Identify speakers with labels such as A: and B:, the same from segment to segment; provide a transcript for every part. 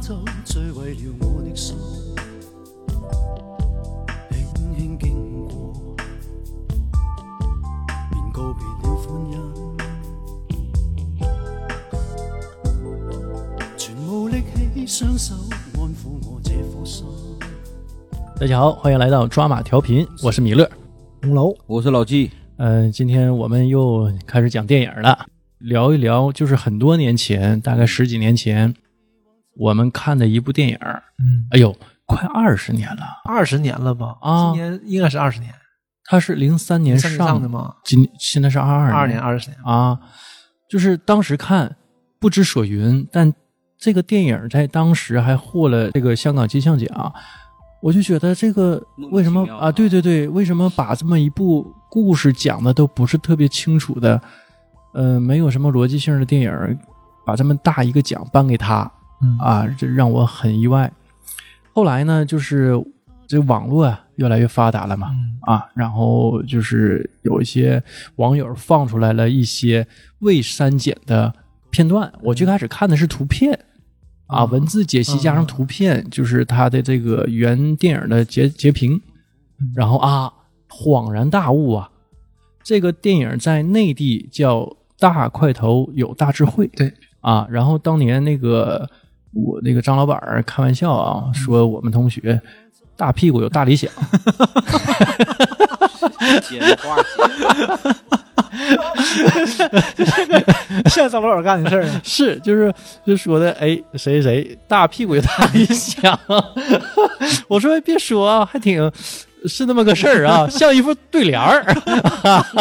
A: 手最为了我的手，轻轻经过，便告别了欢欣，全无力气双手安抚我这颗心。
B: 大家好，欢迎来到抓马调频，我是米勒。
C: 红楼，
D: 我是老纪，
B: 嗯、今天我们又开始讲电影了，聊一聊就是很多年前，大概十几年前，我们看的一部电影儿。
C: 嗯，
B: 哎呦，快二十年了，
C: 二十年了吧？
B: 啊
C: 今年应该是二十年，
B: 它是零三年
C: 三年上的嘛，
B: 今现在是二二
C: 二二年、二十年，
B: 啊，就是当时看不知所云，但这个电影在当时还获了这个香港金像奖，我就觉得这个
D: 莫名
B: 为什么
D: 其妙
B: 啊？对对对，为什么把这么一部故事讲的都不是特别清楚的，呃，没有什么逻辑性的电影，把这么大一个奖颁给他
C: 嗯，
B: 啊，这让我很意外。后来呢，就是这网络啊越来越发达了嘛，
C: 嗯
B: 啊，然后就是有一些网友放出来了一些未删减的片段，我最开始看的是图片。啊，
C: 嗯
B: 文字解析加上图片，就是他的这个原电影的截截屏，
C: 嗯
B: 然后啊，恍然大悟啊，这个电影在内地叫《大块头有大智慧》，
C: 对
B: 啊，然后当年那个我那个张老板儿开玩笑啊，
C: 嗯
B: 说我们同学大屁股有大理想，
D: 接着话题，
C: 现在张老板干的事 儿，
B: 是，就是就说的，哎，谁谁谁大屁股有大理想， 我说别说啊，还挺是那么个事儿啊，像一副对联儿，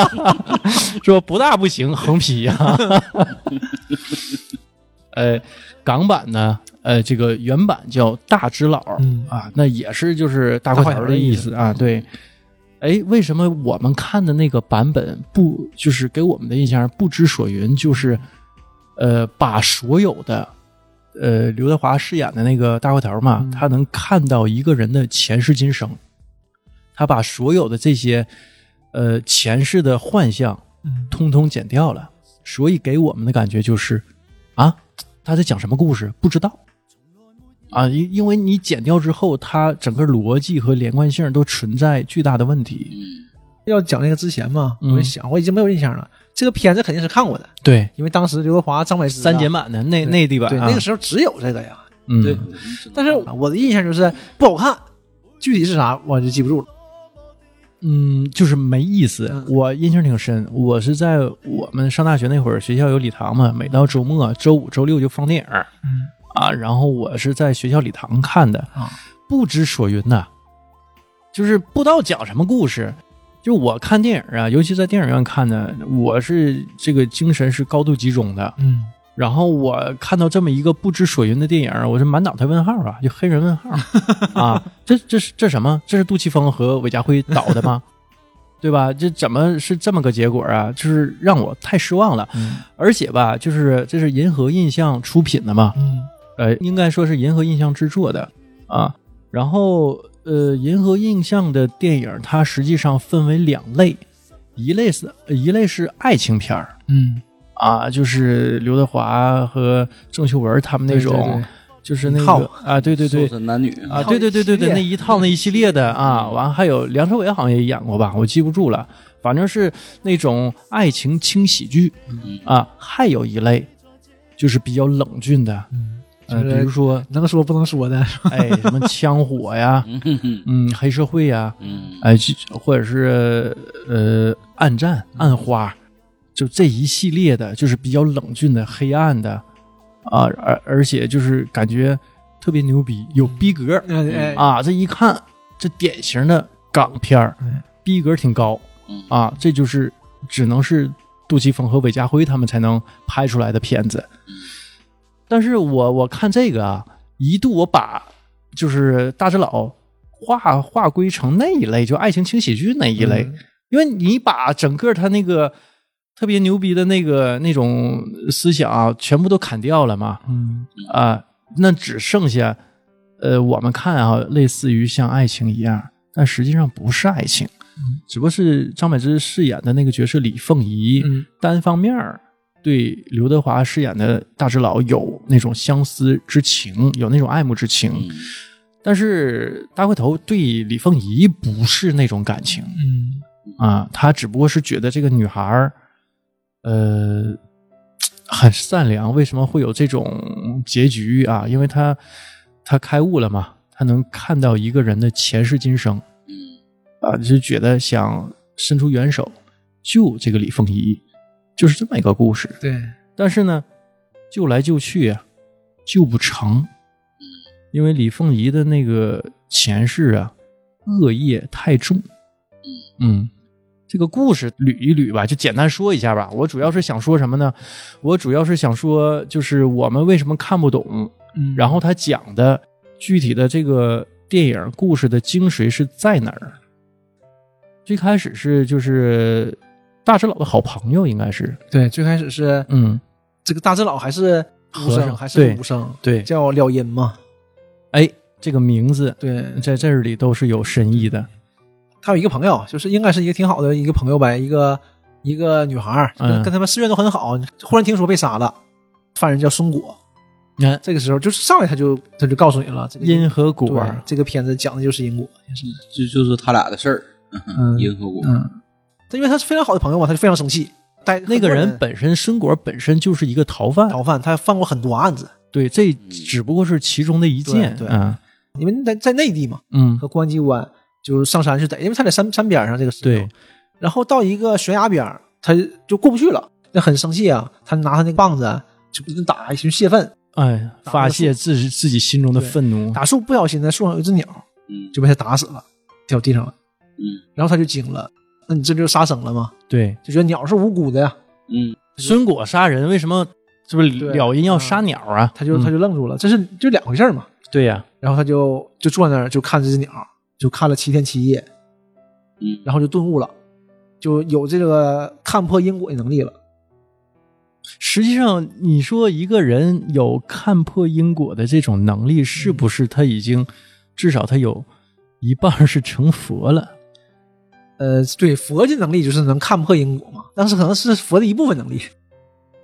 B: 说不大不行，横批啊。呃，港版呢，呃，这个原版叫《大只佬》
C: 嗯
B: 啊，那也是就是大块头的意思啊，对。哎，为什么我们看的那个版本不就是给我们的印象不知所云？就是，呃，把所有的，呃，刘德华饰演的那个大块头嘛，
C: 嗯
B: 他能看到一个人的前世今生，他把所有的这些，呃，前世的幻象
C: 嗯
B: 通通剪掉了，所以给我们的感觉就是，啊，他在讲什么故事？不知道。啊，因因为你剪掉之后，它整个逻辑和连贯性都存在巨大的问题。
C: 嗯要讲那个之前嘛，我
B: 嗯
C: 就想，我已经没有印象了。这个片子肯定是看过的，
B: 对，
C: 因为当时刘德华、张柏芝啊
B: 删减版的内
C: 对
B: 内地版、啊，
C: 对，那个时候只有这个呀。
B: 嗯，
D: 对，
C: 但是我的印象就是不好看，具体是啥我就记不住了。
B: 嗯，就是没意思。
C: 嗯
B: 我印象挺深，我是在我们上大学那会儿，学校有礼堂嘛，每到周末、周五、周六就放电影儿
C: 嗯
B: 啊，然后我是在学校礼堂看的，
C: 啊，
B: 不知所云呐、就是不知道讲什么故事。就我看电影啊，尤其在电影院看的，我是这个精神是高度集中的，
C: 嗯，
B: 然后我看到这么一个不知所云的电影，我是满脑袋问号啊，就黑人问号 啊，这这是这什么？这是杜琪峰和韦家辉导的 吗？对吧？这怎么是这么个结果啊？就是让我太失望了。
C: 嗯
B: 而且吧，就是这是银河印象出品的嘛，
C: 嗯
B: 呃，应该说是银河印象制作的啊。然后呃，银河印象的电影它实际上分为两类，一类是一类是爱情片儿，
C: 嗯，
B: 啊，就是刘德华和郑秀文他们那种，就是那
C: 一
B: 个
C: 套
B: 啊，对对对
D: 瘦身男女
B: 啊，
C: 一套
B: 对对对对对，
C: 系列
B: 那一套那一系列的啊，完了还有梁朝伟好像也演过吧，我记不住了，反正是那种爱情轻喜剧
D: 嗯
B: 啊，还有一类就是比较冷峻的，呃，
C: 嗯就
B: 比
C: 是
B: 如 说
C: 能说不能说 的，
B: 哎什么枪火呀，
D: 嗯哼哼
B: 嗯，黑社会呀，
D: 嗯，
B: 哎，就或者是呃暗战、
C: 嗯
B: 暗花，就这一系列的，就是比较冷峻的、黑暗的啊，而而且就是感觉特别牛逼，有逼格
C: 哎哎，
B: 啊！这一看，这典型的港片儿
C: 嗯，
B: 逼格挺高
D: 嗯
B: 啊，这就是只能是杜琪峰和韦家辉他们才能拍出来的片子。但是我我看这个啊，一度我把就是大只佬划划归成那一类，就爱情轻喜剧那一类，因为你把整个他那个特别牛逼的那个那种思想啊，全部都砍掉了嘛，
C: 嗯
B: 啊、那只剩下呃，我们看啊，类似于像爱情一样，但实际上不是爱情，只不过是张柏芝饰演的那个角色李凤仪，
C: 嗯
B: 单方面儿对刘德华饰演的大只佬有那种相思之情，有那种爱慕之情。
D: 嗯
B: 但是大块头对李凤仪不是那种感情
C: 嗯，
B: 啊，他只不过是觉得这个女孩儿，呃，很善良，为什么会有这种结局啊？因为他他开悟了嘛，他能看到一个人的前世今生
D: 嗯
B: 啊，就觉得想伸出援手救这个李凤仪，就是这么一个故事。
C: 对，
B: 但是呢，救来救去呀、救不成，因为李凤仪的那个前世啊，恶业太重。嗯，这个故事捋一捋吧，就简单说一下吧。我主要是想说什么呢？我主要是想说，就是我们为什么看不懂，
C: 嗯
B: 然后他讲的具体的这个电影故事的精髓是在哪儿？最开始是就是大只佬的好朋友，应该是
C: 对，最开始是
B: 嗯，
C: 这个大智老还是
B: 和
C: 武
B: 尚
C: 僧，还
B: 对
C: 是武僧，
B: 对
C: 叫了音嘛。
B: 哎，这个名字
C: 对，
B: 在这里都是有深意的。
C: 他有一个朋友，就是应该是一个挺好的一个朋友呗，一个一个女孩儿，
B: 嗯
C: 跟跟他们寺院都很好，忽然听说被杀了，犯人叫松果。
B: 你看
C: 这个时候就是上来他就他就告诉你了，这个
B: 因和啊
C: 对
B: 果儿，
C: 这个片子讲的就是因果，
D: 就就是他俩的事儿，
C: 嗯
D: 因和果。
C: 嗯，他因为他是非常好的朋友嘛，他就非常生气。但
B: 那个人
C: 很多
B: 本身孙果本身就是一个逃犯，
C: 逃犯，他犯过很多案子，
B: 对，这只不过是其中的一件。
C: 对对
B: 啊
C: 因为在在内地嘛，
B: 嗯
C: 和公安机关就是上山去逮，因为他在山山边上这个石头
B: 对，
C: 然后到一个悬崖边儿他就过不去了，那很生气啊，他拿他那个棒子啊就一顿打，一顿泄愤，
B: 哎，发泄自己自己心中的愤怒。
C: 打树不小心呢，树上有一只鸟
D: 嗯
C: 就被他打死了，掉地上了，
D: 嗯
C: 然后他就惊了，那你这就是杀生了吗？
B: 对，
C: 就觉得鸟是无辜的呀，
D: 嗯
B: 孙果杀人，为什么这不是
C: 对
B: 了因要杀鸟啊？
C: 他就
B: 嗯
C: 他就愣住了，这是就两回事儿嘛，
B: 对呀，
C: 然后他就就坐在那儿就看这只鸟，就看了七天七夜，
D: 嗯，
C: 然后就顿悟了，就有这个看破因果的能力了。
B: 实际上你说一个人有看破因果的这种能力，是
C: 嗯
B: 不是他已经至少他有一半儿是成佛了？
C: 呃，对，佛的能力就是能看破因果嘛，但是可能是佛的一部分能力，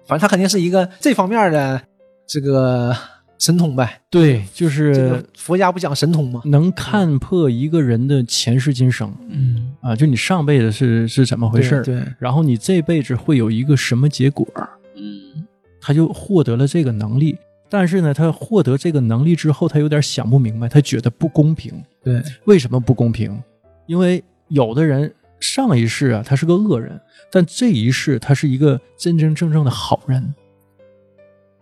C: 反正他肯定是一个这方面的这个神通呗。
B: 对，就
C: 这
B: 是
C: 个佛家不讲神通吗？
B: 能看破一个人的前世今生
C: 嗯，
B: 啊，就你上辈子是是怎么回事儿，
C: 对，
B: 然后你这辈子会有一个什么结果儿，
D: 嗯
B: 他就获得了这个能力。但是呢，他获得这个能力之后，他有点想不明白，他觉得不公平。
C: 对，
B: 为什么不公平？因为有的人上一世啊，他是个恶人，但这一世他是一个真真正正的好人。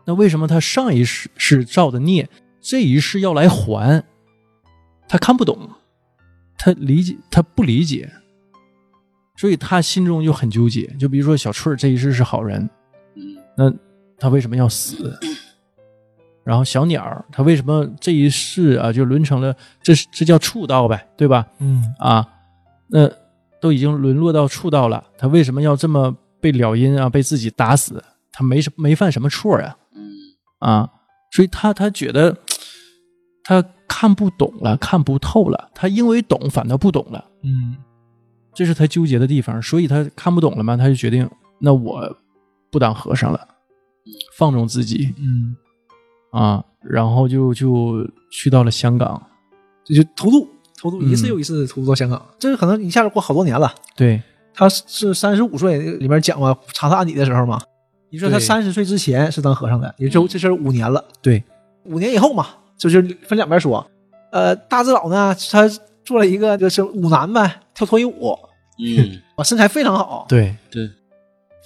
B: 那为什么他上一世是造的孽，这一世要来还？他看不懂，他理解，他不理解，所以他心中就很纠结。就比如说小翠儿这一世是好人，
D: 嗯
B: 那他为什么要死？然后小鸟儿，他为什么这一世啊就沦成了这是这叫畜道呗，对吧？
C: 嗯，
B: 啊，那都已经沦落到畜道了，他为什么要这么被了因啊，被自己打死？他没什没犯什么错呀、
D: 嗯
B: 啊，所以他他觉得他看不懂了，看不透了，他因为懂反倒不懂了，
C: 嗯，
B: 这是他纠结的地方，所以他看不懂了嘛，他就决定那我不当和尚了，放纵自己，
C: 嗯，
B: 啊，然后就就去到了香港。
C: 这就偷渡，偷渡
B: 嗯
C: 一次又一次偷渡到香港，这可能一下子过好多年了。
B: 对，
C: 他是三十五岁，里面讲嘛，查他案底的时候嘛，你说他
B: 对
C: 三十岁之前是当和尚的，也就这事儿五年了。
B: 对，
C: 五年以后嘛，就是分两边说。呃，大智老呢，他做了一个就是舞男呗，跳脱衣舞，
D: 嗯
C: 啊，身材非常好。
B: 对，
D: 对，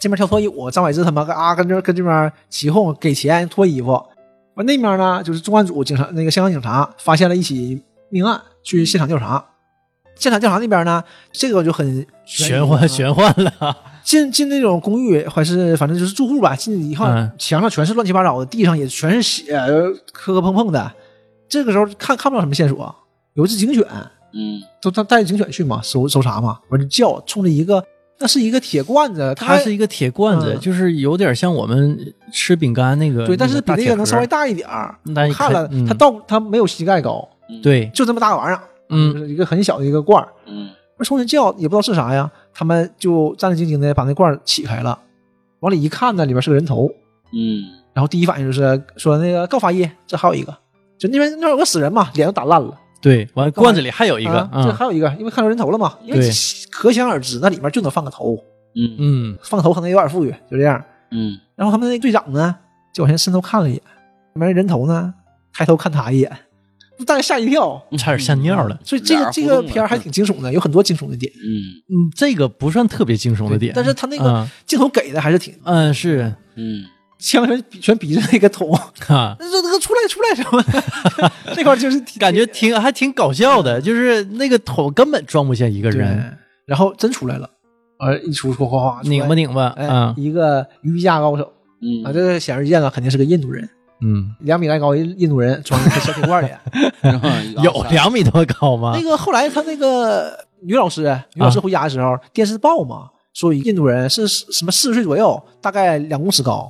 C: 这边跳脱衣舞，张柏芝他妈啊跟这跟这边起哄，给钱脱衣服。完那面呢，就是重案组警察那个香港警察发现了一起命案，去现场调查。现场调查那边呢，这个就很啊
B: 玄幻
C: 悬。
B: 玄幻了。
C: 进进那种公寓还是反正就是住户吧，进去一看、
B: 嗯
C: 墙上全是乱七八糟的，地上也全是血，呃磕磕碰碰的。这个时候看看不了什么线索，有一只警犬，
D: 嗯
C: 都他带着警犬去嘛，搜搜查嘛，完就叫冲着一个那是一个铁罐子，
B: 它
C: 它
B: 是一个铁罐子，
C: 嗯
B: 就是有点像我们吃饼干那个，
C: 对，但是比
B: 大
C: 那
B: 铁
C: 个
B: 盒
C: 能稍微。大一点儿。
B: 那一
C: 看了
B: 嗯
C: 它到它没有膝盖高，
B: 对，
C: 就这么大个玩意儿，就
B: 嗯，
C: 是一个很小的一个罐儿。
D: 嗯
C: 那冲着叫也不知道是啥呀，他们就战战兢兢的把那罐儿起开了，往里一看呢，里边是个人头。
D: 嗯
C: 然后第一反应就是说那个告法医，这还有一个，就那边那边有个死人嘛，脸都打烂了。
B: 对，完
C: 干嘛
B: 罐子里还有一个
C: 啊，这
B: 啊，
C: 还有一个，因为看到人头了嘛，因为
B: 对
C: 可想而知，那里面就能放个头，
D: 嗯
B: 嗯
C: 放头可能有点富裕，就这样。
D: 嗯
C: 然后他们那队长呢，就往前伸头看了一眼，里面人头呢抬头看他一眼，大家吓一跳。
D: 嗯，
B: 差点吓尿了。
C: 所以这个
D: 俩
C: 这
D: 人互动
C: 个
D: 了
C: 片儿还挺惊悚的，有很多惊悚的点，
D: 嗯
B: 嗯，这个不算特别惊悚的点，
C: 但是他那个
B: 啊
C: 镜头给的还是挺
B: 嗯是
D: 嗯
C: 枪全比全比着那个头，
B: 哈。
C: 那这个出来出来什么的， 这块儿就是挺
B: 感觉挺还挺搞笑的，就是那个头根本装不下一个
C: 对
B: 人，。
C: 然后真出来了，呃，一出出哗哗哗出来
B: 拧吧，拧吧，
C: 哎，
B: 啊，
C: 一个瑜伽高手
D: 嗯
C: 啊，这个显而易见了，肯定是个印度人，
B: 嗯，
C: 两米来高印印度人装一个小铁罐 里。
D: 然后一个
B: 有
D: 奥赛
B: 两米多高吗
C: 那？个后来他那个女老师，女老师回家的时候，电视报嘛，说有印度人是是什么四十岁左右，大概两公尺高，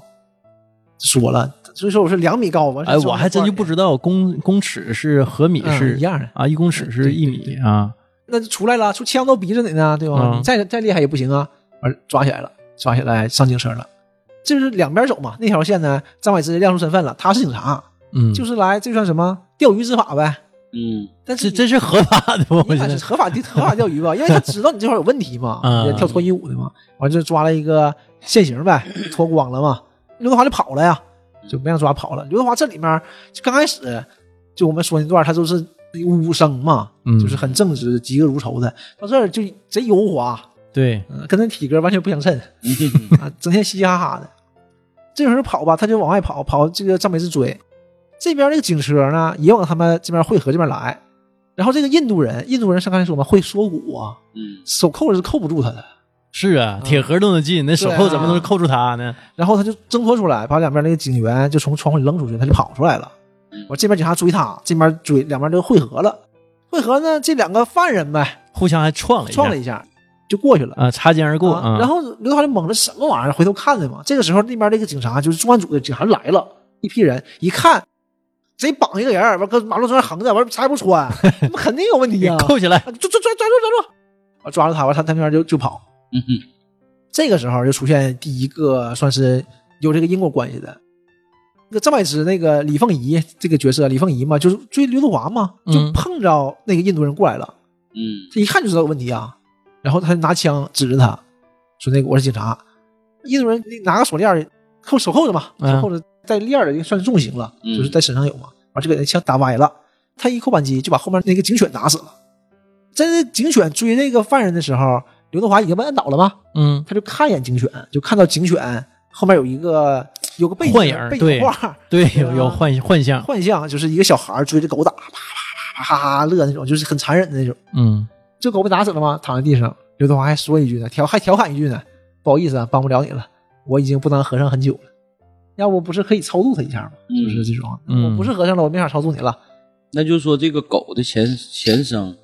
C: 说了，所以说我是两米高嘛。
B: 哎，我还真就不知道公公尺是和米
C: 嗯
B: 是
C: 一样的
B: 啊，一公尺是一米啊，
C: 那就出来了，出枪都逼着你呢，对吧？
B: 嗯
C: 你再再厉害也不行啊！完抓起来了，抓起来上警车了。这是两边走嘛，那条线呢，张柏芝亮出身份了，他是警察，
B: 嗯，
C: 就是来这算什么钓鱼执法呗？
D: 嗯
C: 但
B: 这
C: 是
B: 这是合法的吗？我
C: 你
B: 觉
C: 敢
B: 得
C: 是合法地合法 钓鱼吧，因为他知道你这块有问题嘛，
B: 嗯
C: 人家跳脱衣舞的嘛，完就抓了一个现 行呗，脱光了嘛，刘德华就跑了呀，就没让抓跑了。刘德华这里面就刚开始就我们说那段，他就是武生嘛，
B: 嗯
C: 就是很正直、嫉恶如仇的，到这儿就贼油滑，
B: 对，
C: 嗯跟他体格完全不相称
D: 嗯
C: 啊，整天嘻嘻哈哈的。这时候跑吧，他就往外跑，跑这个张美芝追，这边那个警车呢也往他们这边汇合这边来。然后这个印度人，印度人上刚才说嘛，会缩骨啊，
D: 嗯
C: 手扣是扣不住他的。
B: 是啊，铁盒都能进，那手
C: 嗯对啊
B: 扣怎么能扣住他呢？
C: 然后他就挣脱出来，把两边那个警员就从窗户里扔出去，他就跑出来了
D: 嗯。
C: 我这边警察追他，这边追，两边就汇合了。汇合呢，这两个犯人呗，
B: 互相还撞了一下，
C: 撞了一下，就过去了。
B: 啊，擦肩而过
C: 啊
B: 啊，
C: 然后刘德华就懵了，什么玩意儿？回头看的嘛。这个时候那边那个警察就是重案组的警察来了，一批人一看，贼绑一个人儿，完搁马路中间横着，完啥也不穿，他妈肯定有问题
B: 给
C: 啊！
B: 扣起来，
C: 抓抓抓抓抓住！啊，抓住他，完他他那边就就跑。
D: 嗯嗯
C: 这个时候就出现第一个算是有这个因果关系的。那个张柏芝那个李凤仪这个角色，李凤仪嘛，就是追刘德华嘛，
B: 嗯
C: 就碰着那个印度人过来了，
D: 嗯
C: 这一看就知道有问题啊。然后他就拿枪指着他，说：“那个我是警察。”印度人拿个锁链儿扣手扣子嘛，
B: 嗯
C: 手扣子带链儿的就算是重刑了，
D: 嗯
C: 就是在身上有嘛。完就给那枪打歪了，他一扣扳机就把后面那个警犬打死了。在那警犬追那个犯人的时候，刘德华已经被按倒了吗？
B: 嗯，
C: 他就看一眼警犬，就看到警犬后面有一个有个背影
B: 幻影儿
C: 背
B: 对
C: 影画
B: 对，
C: 对啊
B: 有有幻幻象，
C: 幻象，就是一个小孩追着狗打，啪啪啪啪哈哈乐那种，就是很残忍的那种。
B: 嗯，
C: 这狗被打死了吗？躺在地上，刘德华还说一句呢，调还调侃一句呢，不好意思啊，帮不了你了，我已经不当和尚很久了。要不不是可以超度他一下吗？
D: 嗯
C: 就是这种啊，
B: 嗯
C: 我不是和尚了，我没法超度你了。
D: 那就是说这个狗的前前生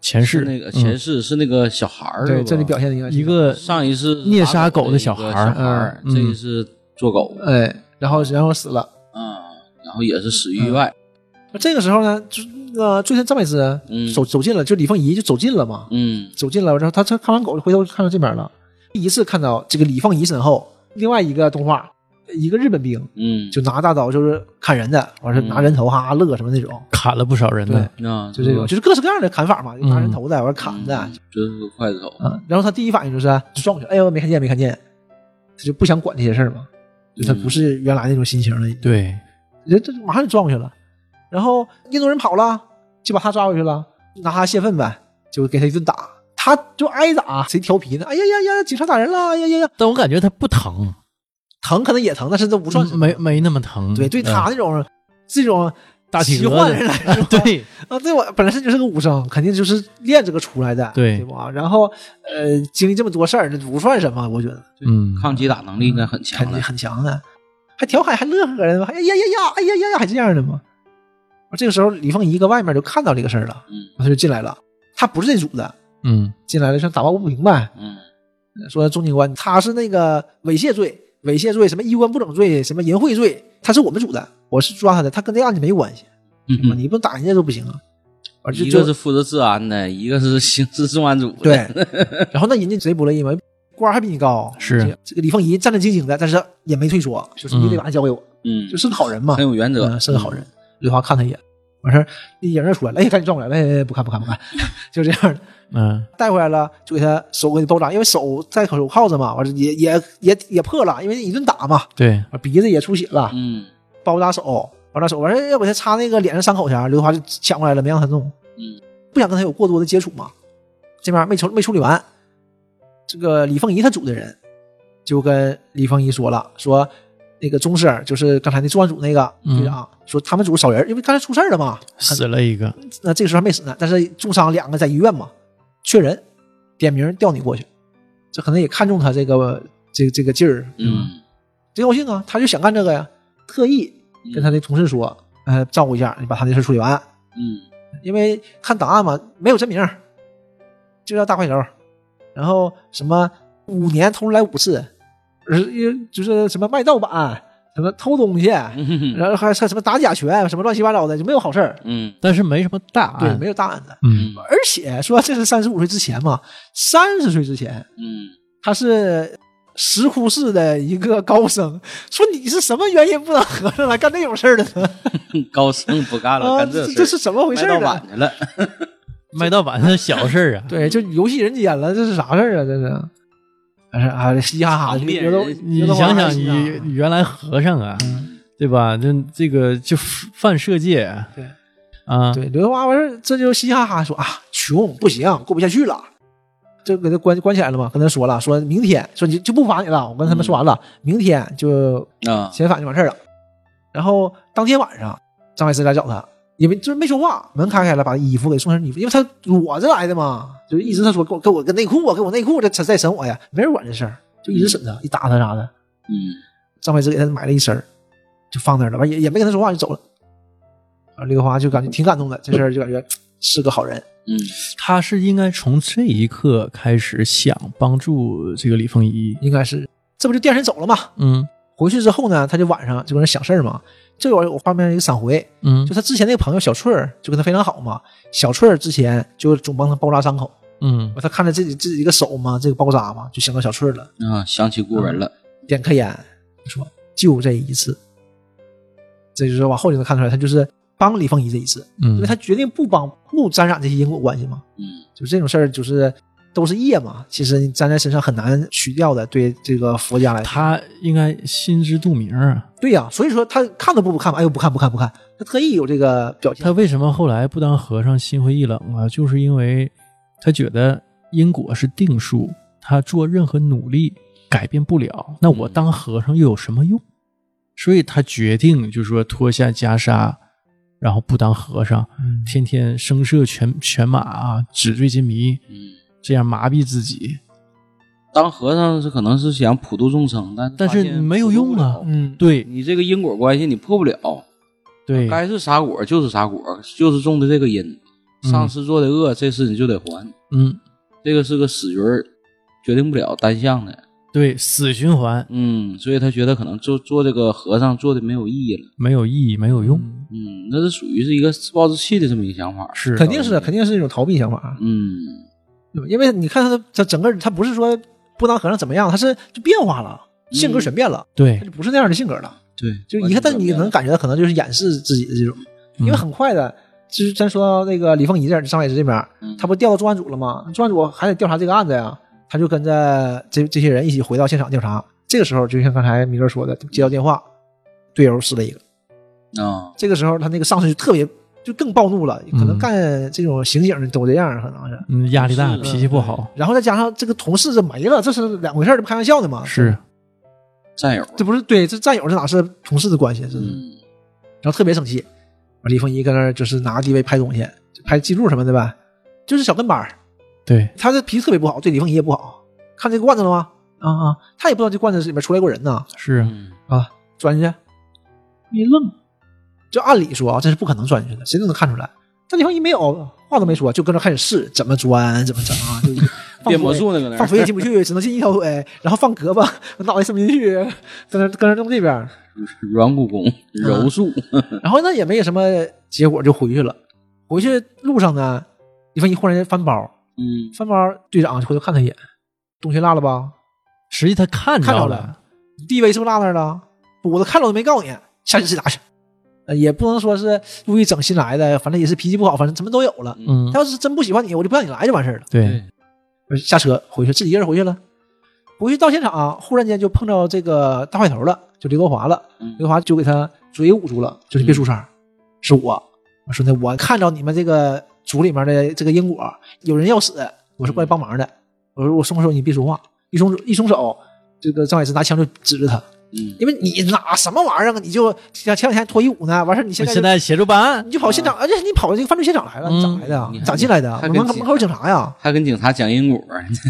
B: 前世
D: 是那个
B: 嗯
D: 前世是那个小孩儿，是
C: 对，
D: 吧
C: 这里表现的应该是
B: 一个
D: 上一次
B: 虐杀狗
D: 狗
B: 的小
D: 小
B: 孩儿
D: 孩儿，
B: 嗯
D: 这一次做狗，
C: 哎，然后然后死了。
D: 嗯，然后也是死于意外，
C: 这个时候呢，就是那个醉神张柏芝
D: 嗯
C: 走走近了，就李凤仪就走近了嘛，
D: 嗯
C: 走近了，然后他他看完狗就回头看到这边了，第一次看到这个李凤仪身后另外一个动画，一个日本兵
D: 嗯，
C: 就拿大刀就是砍人的，完事
D: 嗯
C: 拿人头哈哈乐什么那种，
B: 砍了不少人呢，
D: 啊，
C: 就
B: 嗯
C: 这种就是各式各样的砍法嘛，就拿人头的，完砍的，
D: 嗯就是个刽子手，
C: 啊，然后他第一反应就是就撞过去，哎呦没看见没看见，他就不想管这些事儿嘛，就
B: 嗯
C: 他不是原来那种心情了，
B: 对，
C: 人这马上就撞过去了，然后印度人跑了，就把他抓回去了，拿他泄愤呗，就给他一顿打，他就挨打，谁调皮呢？哎呀呀呀，警察打人了！哎呀呀呀，
B: 但我感觉他不疼，
C: 疼可能也疼，但是这不算什么
B: 没没那么疼，
C: 对，对
B: 嗯
C: 他那种、这种
B: 大体
C: 奇
B: 格
C: 幻
B: 子
C: 人来说，
B: 对，
C: 啊，对我本来是就是个武生，肯定就是练这个出来的，
B: 对
C: 对吧？然后呃，经历这么多事儿，这不算什么，我觉得
B: 嗯，
D: 抗击打能力应该很
C: 肯
D: 强啊
C: 定
D: 的，
C: 很强的，还调侃还乐呵的，还哎呀呀呀，哎呀呀呀，还这样的吗？这个时候，李凤仪搁外面就看到这个事儿了，
D: 嗯
C: 他就进来了。他不是这组的，
B: 嗯
C: 进来了想打抱不平呗，
D: 嗯
C: 说钟警官他是那个猥亵罪、猥亵罪、什么衣冠不整罪、什么淫秽罪，他是我们组的，我是抓他的，他跟这案子没关系，
D: 嗯
C: 对吧
D: 嗯，
C: 你不打人家都不行啊。完就
D: 一个
C: 就是
D: 负责治安的，一个是刑事重案组的，
C: 对，然后那人家贼不乐意嘛，官儿还比你高，
B: 是
C: 这个李凤仪战战兢兢的，但是也没退缩，就是你得把他交给我，
D: 嗯，
C: 就是个好人嘛
D: 很，有原则，
C: 嗯是个好人。刘德华看他一眼，完事儿那人儿出来了，哎，赶紧转过来，哎哎，哎不看不看不看， 就这样的。
B: 嗯
C: 带回来了，就给他手给你包扎，因为手戴手铐子嘛，完了也也也也破了，因为一顿打嘛，
B: 对，
C: 完鼻子也出血了，
D: 嗯
C: 包扎手，包扎手，完事儿要给他擦那个脸上伤口前，刘德华就抢过来了，没让他弄，
D: 嗯，
C: 不想跟他有过多的接触嘛，这边没处没处理完，这个李凤仪他组的人就跟李凤仪说了，说那个钟师就是刚才那作案组那个
B: 嗯
C: 队长，说他们组少人，因为刚才出事儿了嘛，
B: 死了一个，
C: 那这个时候还没死呢，但是重伤两个在医院嘛，缺人，点名调你过去，这可能也看中他这个这这个劲儿，
D: 嗯，
C: 真高兴啊，他就想干这个呀，特意跟他的同事说，呃，照顾一下，你把他的事处理完，
D: 嗯
C: 因为看档案嘛，没有真名儿，就叫大块头，然后什么五年偷来五次，而是就是什么卖盗版，什么偷东西，
D: 嗯
C: 然后还什么打假拳，什么乱七八糟的，就没有好事儿，
D: 嗯
B: 但是没什么大
C: 对，
B: 案，
C: 没有大案子。
B: 嗯
C: 而且说这是三十五岁之前嘛，三十岁之前
D: 嗯，
C: 他是石窟市的一个高僧，说你是什么原因不当和尚来干这种事儿的呢？
D: 嗯高僧不干了，
C: 啊，
D: 干这
C: 这
D: 事儿
C: 这是什么回事
D: 卖
C: 儿啊
D: 盗
C: 呢？
D: 版 去了，
B: 卖盗版的小事儿啊，
C: 对，就游戏人间了，这是啥事儿啊？这是，但是啊，嘻嘻哈哈，
D: 行业
C: 刘德
D: 人
B: 你
C: 刘德华
B: 想想
C: 还行啊嗯
B: 你，你原来和尚啊，对吧？那这个就犯社戒，
C: 对
B: 啊，
C: 对刘德华完事儿，这就嘻嘻哈哈说啊，穷不行，过不下去了。就给他关关起来了嘛，跟他说了，说明天说你就不罚你了，我跟
D: 嗯
C: 他们说完了，明天就
D: 啊，
C: 遣返就完事儿了。然后当天晚上，张海思来找他，也没就是没说话，门开开了，把衣服给送身衣服，因为他裸着来的嘛，就是一直他说给我给我个内裤啊，给我内裤，这再再审我呀，没人管这事儿，就一直审他，一打他啥的。
D: 嗯
C: 张海思给他买了一身儿就放那儿了，完也也没跟他说话就走了。啊，刘德华就感觉挺感动的，这事儿就感觉是个好人，
D: 嗯
B: 他是应该从这一刻开始想帮助这个李凤仪，
C: 应该是这不就第二天走了嘛？
B: 嗯
C: 回去之后呢，他就晚上就搁那想事儿嘛，这有有画面一个闪回，
B: 嗯
C: 就他之前那个朋友小翠儿，就跟他非常好嘛。小翠儿之前就总帮他包扎伤口，
B: 嗯
C: 他看着自己自己一个手嘛，这个包扎嘛，就想到小翠儿了，
D: 啊，想起故人了，
C: 点颗烟，说就这一次。这就是往后就能看出来，他就是帮李凤仪这一次，因为
B: 嗯
C: 他决定不帮不沾染这些因果关系嘛。
D: 嗯
C: 就这种事儿，就是都是业嘛，其实你沾在身上很难取掉的。对这个佛家来说，
B: 他应该心知肚明啊。
C: 对呀、所以说他看都不不看吧，哎呦不看不看不看，他特意有这个表现
B: 他。为什么后来不当和尚，心灰意冷啊？就是因为他觉得因果是定数，他做任何努力改变不了。那我当和尚又有什么用？所以他决定就是说脱下袈裟，然后不当和尚，
C: 嗯
B: 天天声色犬犬马啊，纸醉金迷，
D: 嗯，
B: 这样麻痹自己。
D: 当和尚是可能是想普度众生，但
B: 但是
D: 发现
B: 没有用啊
D: 普度不了
C: 嗯，
B: 对
D: 你这个因果关系你破不了，
B: 对，
D: 该是啥果就是啥果，就是种的这个因。
B: 嗯
D: 上次做的恶，这次你就得还。
B: 嗯，
D: 这个是个死局儿，决定不了单向的。
B: 对，死循环
D: 嗯，所以他觉得可能做做这个和尚做的没有意义了。
B: 没有意义，没有用，
D: 嗯，那是属于是一个自暴自弃的这么一个想法。
B: 是
C: 肯定是的，肯定是一种逃避想法。啊
D: 嗯
C: 对吧因为你看他的他整个他不是说不当和尚怎么样，他是就变化了，
D: 嗯
C: 性格全变了，
B: 对
C: 他就不是那样的性格了。
D: 对，
C: 就一看，但你能感觉到可能就是掩饰自己的这种，
D: 嗯
C: 因为很快的，就是咱说到那个李凤仪这儿，张伟之这边
D: 嗯，
C: 他不调到重案组了吗？重案组还得调查这个案子呀，他就跟着这这些人一起回到现场调查。这个时候，就像刚才米勒说的，接到电话，队友死了一个。
D: 啊，
C: 这个时候，他那个上司就特别就更暴怒了，可
D: 嗯
C: 能干这种刑警的都这样，可能是。
B: 嗯压力大，
D: 是的
B: 脾气不好，
C: 然后再加上这个同事这没了，这是两回事儿，这不开玩笑呢吗？
B: 是
D: 战友，
C: 这不是对，这战友这哪是同事的关系？这是。
D: 嗯
C: 然后特别生气。李凤仪搁那儿就是拿个 DV 拍东西，就拍记录什么的呗，就是小跟班儿。
B: 对，
C: 他这脾气特别不好，对李凤仪也不好。看这个罐子了吗？啊啊，他也不知道这罐子里面出来过人呢。
B: 是
D: 嗯
C: 啊，钻进去，一愣。就按理说啊，这是不可能钻进去的，谁都能看出来。但李凤仪没有，话都没说，就跟着开始试怎么钻，怎么整啊， 就
D: 变
C: 放
D: 魔
C: 腿
D: 术那个那
C: 放
D: 儿
C: 腿也进不去，只能进一条腿，然后放胳膊，脑袋伸不进去，在那跟着弄这边儿。
D: 软骨功、柔术，
C: 然后那也没什么结果，就回去了。回去路上呢，李凤仪忽然间翻包，
D: 嗯
C: 翻包队长回头看他一眼，东西落了吧？
B: 实际他看
C: 看着
B: 着
C: 了，地位是不是落那儿了？我都看着我都没告诉你，下去自打去。呃，也不能说是故意整新来的，反正也是脾气不好，反正什么都有了。
B: 嗯
C: 他，要是真不喜欢你，我就不让你来就完事儿了。
B: 对，
C: 我就下车回去，自己一个人回去了。回去到现场、啊忽然间就碰到这个大坏头了，就刘德华了。
D: 嗯
C: 刘德华就给他嘴捂住了，就是别出声儿，是我。我说呢，我看着你们这个组里面的这个因果有人要死，我是过来帮忙的。我说我松手，你别说话。一松一松手，这个张海石拿枪就指着他，
D: 嗯，
C: 因为你拿什么玩意儿啊？你就像前两天脱衣舞呢，完事儿你现
B: 我
C: 在就
B: 现在协助办案，
C: 你就跑现场，而且你跑这个犯罪现场来了，你咋来的啊？
D: 嗯
C: 你咋进来的啊？
D: 还
C: 门
D: 跟
C: 口门口有警察呀？
D: 还跟警察讲因果，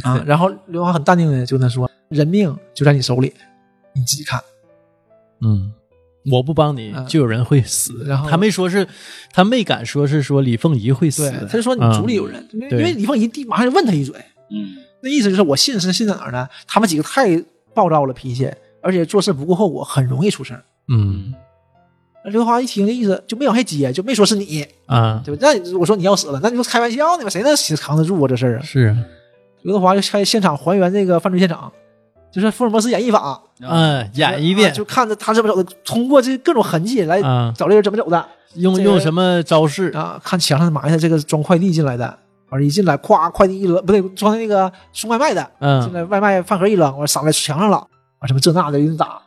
C: 啊，然后刘德华很淡定的就跟他说：“人命就在你手里，你自己看。
B: 嗯，我不帮你
C: 嗯，
B: 就有人会死。
C: 然后
B: 他没说是，他没敢说是说李凤仪会”死
C: 对，，他就说你
B: 嗯
C: 组里有人，因为因
B: 对
C: 为李凤仪第马上就问他一嘴，
D: 嗯，
C: 那意思就是我信是信在哪儿呢？他们几个太暴躁了脾气，而且做事不顾后果，很容易出事儿。
B: 嗯
C: 刘德华一听这意思就没往下接，就没说是你，
B: 啊，
C: 对吧？那我说你要死了，那你说开玩笑呢吧？谁能扛得住啊这事儿啊？
B: 是，
C: 刘德华就开现场还原这个犯罪现场，就是福尔摩斯演绎法，
B: 嗯，演一
C: 啊
B: 遍
C: 就看着他怎么走的，通过这各种痕迹来
B: 啊，
C: 找这人怎么走的。
B: 用
C: 这个
B: 用什么招式？
C: 啊，看墙上埋汰这个装快递进来的，啊完一进来，咵，快递一扔，不对，装那个送外卖的，进
B: 嗯
C: 来外卖饭盒一扔，完撒在墙上了，完什么这那的一顿打，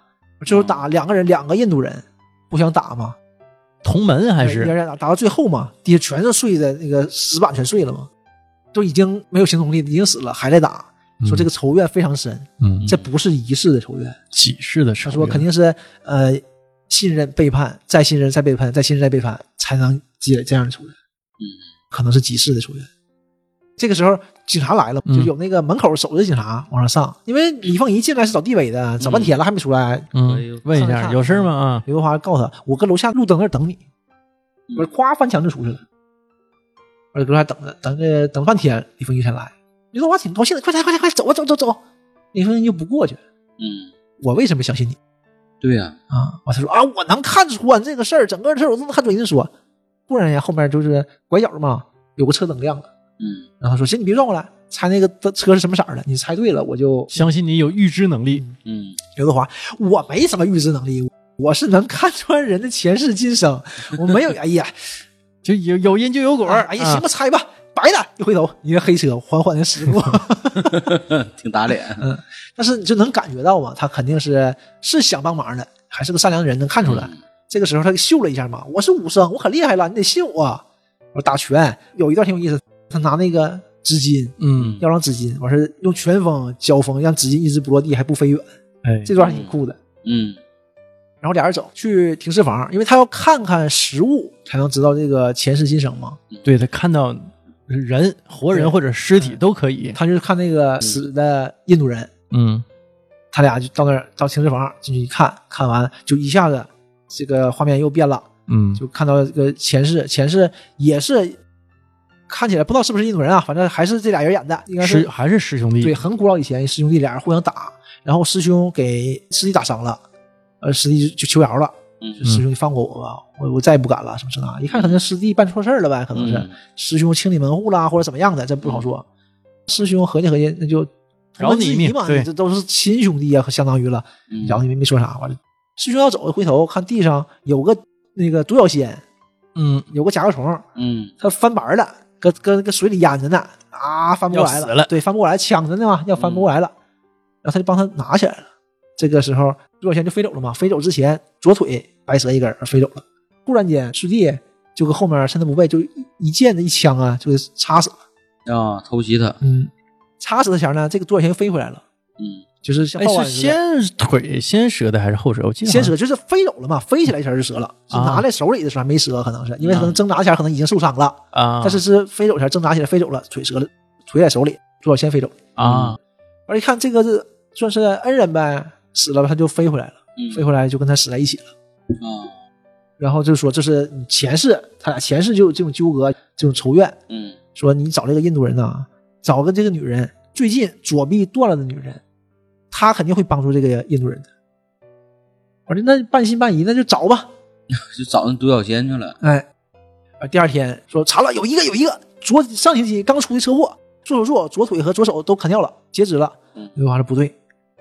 C: 最后
B: 嗯
C: 打两个人，两个印度人互相打嘛，
B: 同门还
C: 一
B: 是
C: 人打打到最后嘛，地下全是碎的，那个石板全碎了嘛，都已经没有行动力，已经死了，还在打，说这个仇怨非常深，
B: 嗯
C: 这不是一世的仇怨，
B: 几世的
C: 他
B: 仇
C: 说
B: 怨？
C: 肯定是呃信任背叛，再信任再背叛，再信任再背叛，才能积累这样的仇怨。嗯，可能是几世的仇怨。这个时候警察来了，
B: 嗯
C: 就有那个门口守着警察往上上，因为李凤仪进来是找地位的，找半天了还没出来。
B: 嗯，问一
C: 看
B: 下
C: 看嗯
B: 有事吗？啊，
C: 刘德华告诉他：“我跟楼下路灯那儿等你。”
D: 嗯
C: 我说咵翻墙就出去了，我就搁那等着，等着等半天，李凤仪才来。刘德华挺高兴的，快点快点快点走啊走走走！李凤仪就不过去，
D: 嗯，
C: 我为什么相信你？
D: 对呀，
C: 啊，完他说啊，我能看穿这个事儿，整个事儿我都能看准。人说，突然间后面就是拐角嘛，有个车灯亮了，
D: 嗯，
C: 然后说行，你别转过来，猜那个灯车是什么色儿的，你猜对了，我就
B: 相信你有预知能力。
D: 嗯，
C: 刘德华，我没什么预知能力，我是能看穿人的前世今生，我没有，哎呀，
B: 就有有因就有果
C: 我说
B: 儿，
C: 哎呀，
B: 啊
C: 行吧，猜吧，白的，一回头，一个黑车缓缓的驶过，
D: 挺打脸，
C: 但是你就能感觉到嘛，他肯定是是想帮忙的，还是个善良人，能看出来。
D: 嗯
C: 这个时候他秀了一下嘛，我是武僧，我可厉害了，你得信我。我打拳有一段挺有意思，他拿那个纸巾，
B: 嗯，
C: 要让纸巾，完事儿用拳风交锋，让纸巾一直不落地还不飞远，
B: 哎，
C: 这段还挺酷的。
D: 嗯
C: 然后俩人走去停尸房，因为他要看看实物才能知道这个前世今生嘛。
B: 对他看到人活人
C: 对
B: 或者尸体都可以。
C: 他就是看那个死的印度人，
B: 嗯
C: 他俩就到那儿到停尸房进去一看，看完就一下子这个画面又变了。
B: 嗯，
C: 就看到这个前世，前世也是看起来不知道是不是印度人啊，反正还是这俩人演的，应该
B: 师
C: 是
B: 还是师兄弟
C: 对，很古老以前师兄弟俩人互相打，然后师兄给师弟打伤了，呃，师弟就求饶了，
D: 嗯
C: 师兄你放过我吧，我我再也不敢了，什么这那，一看可能师弟办错事儿了呗，可能是、
D: 嗯
C: 师兄清理门户啦，或者怎么样的，这不好说。师兄合计合计，那就
B: 饶你一命
C: 嘛，
B: 对
C: 你这都是亲兄弟啊，相当于了。
D: 嗯，
C: 然后你们没说啥，完了，师兄要走，回头看地上有个那个独角仙，
B: 嗯
C: 有个甲壳虫，
D: 嗯
C: 它翻白了，搁搁搁水里淹着呢，啊，翻不过来
B: 要死了
C: 对，翻不过来，抢着呢嘛，要翻不过来了，然后他就帮他拿起来了。这个时候，左小仙就飞走了嘛，飞走之前，左腿白蛇一根儿飞走了。突然间，师弟就搁后面趁他不备，就一一剑这一枪啊，就给插死了。
D: 啊，偷袭他，
C: 嗯，插死他前呢，这个左小仙飞回来了，
D: 嗯
C: 就是像
B: 哎
C: 爆丸
B: 是
C: 似的。
B: 先腿先折的还是后折？我记得
C: 先
B: 好
C: 折就是飞走了嘛，飞起来前儿就折了，是
B: 啊
C: 拿在手里的时候还没折，可能是因为可能挣扎前儿可能已经受伤了，
B: 像啊，
C: 但是是飞走前挣扎起来飞走了，腿折了，腿在手里，左脚先飞走。嗯
B: 啊，
C: 而一看这个是算是恩人呗，死了吧他就飞回来了，
D: 嗯，
C: 飞回来就跟他死在一起了。
D: 啊，
C: 然后就说这是你前世，他俩前世就有这种纠葛，这种仇怨。
D: 嗯
C: 说你找这个印度人呐、找个这个女人，最近左臂断了的女人，他肯定会帮助这个印度人的。我说那半信半疑，那就找吧。
D: 就找那独角仙去了，
C: 哎，啊，第二天说查了，有一个有一个，昨上星期刚出的车祸，做手术，左腿和左手都砍掉了，截肢了
D: 嗯。
C: 刘华说不对，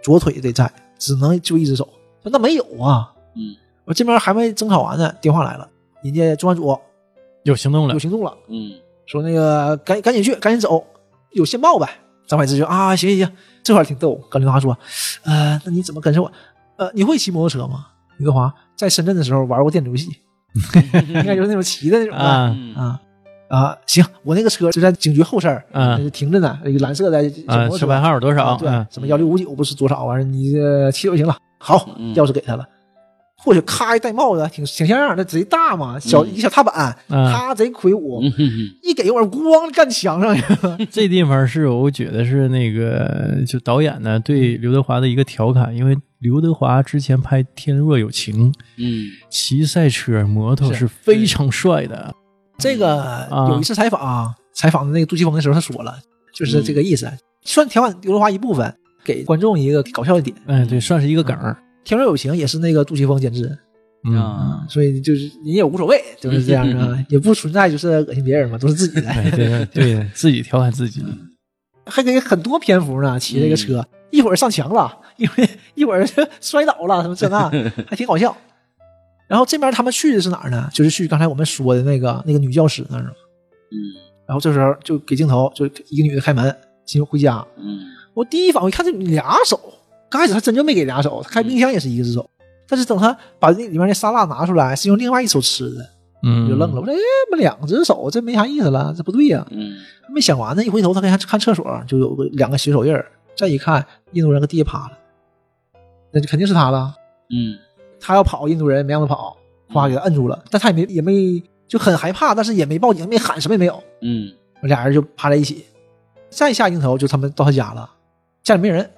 C: 左腿得在，只能就一只手。说那没有啊，
D: 嗯，
C: 我这边还没争吵完呢，电话来了，人家重案组
B: 有行动了
C: 有，行动了，
D: 嗯
C: 说那个赶赶紧去，赶紧走，有线报呗。张柏芝就啊，行行行，这块儿挺逗。耿丽华说，呃，那你怎么跟上我？呃，你会骑摩托车吗？刘德华在深圳的时候玩过电子游戏， 应该就是那种骑的那种
B: 啊
C: 的
D: 嗯
C: 啊啊。行，我那个车就在警局后身儿，
B: 嗯
C: 就是停着呢，一个蓝色的小
B: 啊，
C: 摩托
B: 车
C: 车，
B: 牌号有多少？
C: 啊对
B: 嗯，
C: 什么幺六五九不是多少玩意儿？你呃骑就行了。好，
D: 嗯
C: 钥匙给他了。或许咔一戴帽子，挺挺像样儿，那贼大嘛，小
D: 嗯
C: 一小踏板，
B: 嗯
C: 咔贼魁梧，
D: 嗯哼哼
C: 一给一会儿咣干墙上去了。
B: 这地方是我觉得是那个就导演呢
C: 嗯
B: 对刘德华的一个调侃，因为刘德华之前拍《天若有情》，
D: 嗯
B: 骑赛车、摩托
C: 是
B: 是非常帅的。
C: 这个
B: 啊
C: 有一次采访、采访的那个杜琪峰的时候，他说了，就是这个意思，算调侃刘德华一部分，给观众一个搞笑的点。
B: 哎，对，算是一个梗儿。
C: 《天若有情》也是那个杜琪峰监制，
B: 嗯，
D: 啊，
C: 所以就是人也无 所谓，就是这样
D: 嗯嗯
C: 啊，也不存在就是 恶心别人嘛，都是自己的。
B: 哎，对 对，自己调侃自己。
C: 还给很多篇幅呢，骑这个车，
D: 嗯
C: 一会儿上墙了， 一会儿一会儿 摔倒了，什么这那， 还挺搞笑。然后这边他们去的是哪儿呢？就是去刚才我们说的那个那个女教师那儿。
D: 嗯
C: 然后这时候就给镜头，就一个女的开门进入回家。
D: 嗯
C: 我第一反应看这俩手，刚开始她真就没给俩手，她开冰箱也是一只手。但是等她把那里面那沙拉拿出来，是用另外一手吃的，
B: 嗯，
C: 我就愣了。。我说：“哎，怎么两只手，这没啥意思了，这不对呀、
D: 嗯
C: 没想完呢，一回头他看看厕所就有个两个血手印儿，再一看印度人搁地下趴了，那就肯定是他了。
D: 嗯
C: 他要跑，印度人没让他跑，哗给他摁住了，但他也没也没就很害怕，但是也没报警，没喊什么也没有，
D: 嗯
C: 俩人就趴在一起。再下镜头就他们到他家了，家里没人。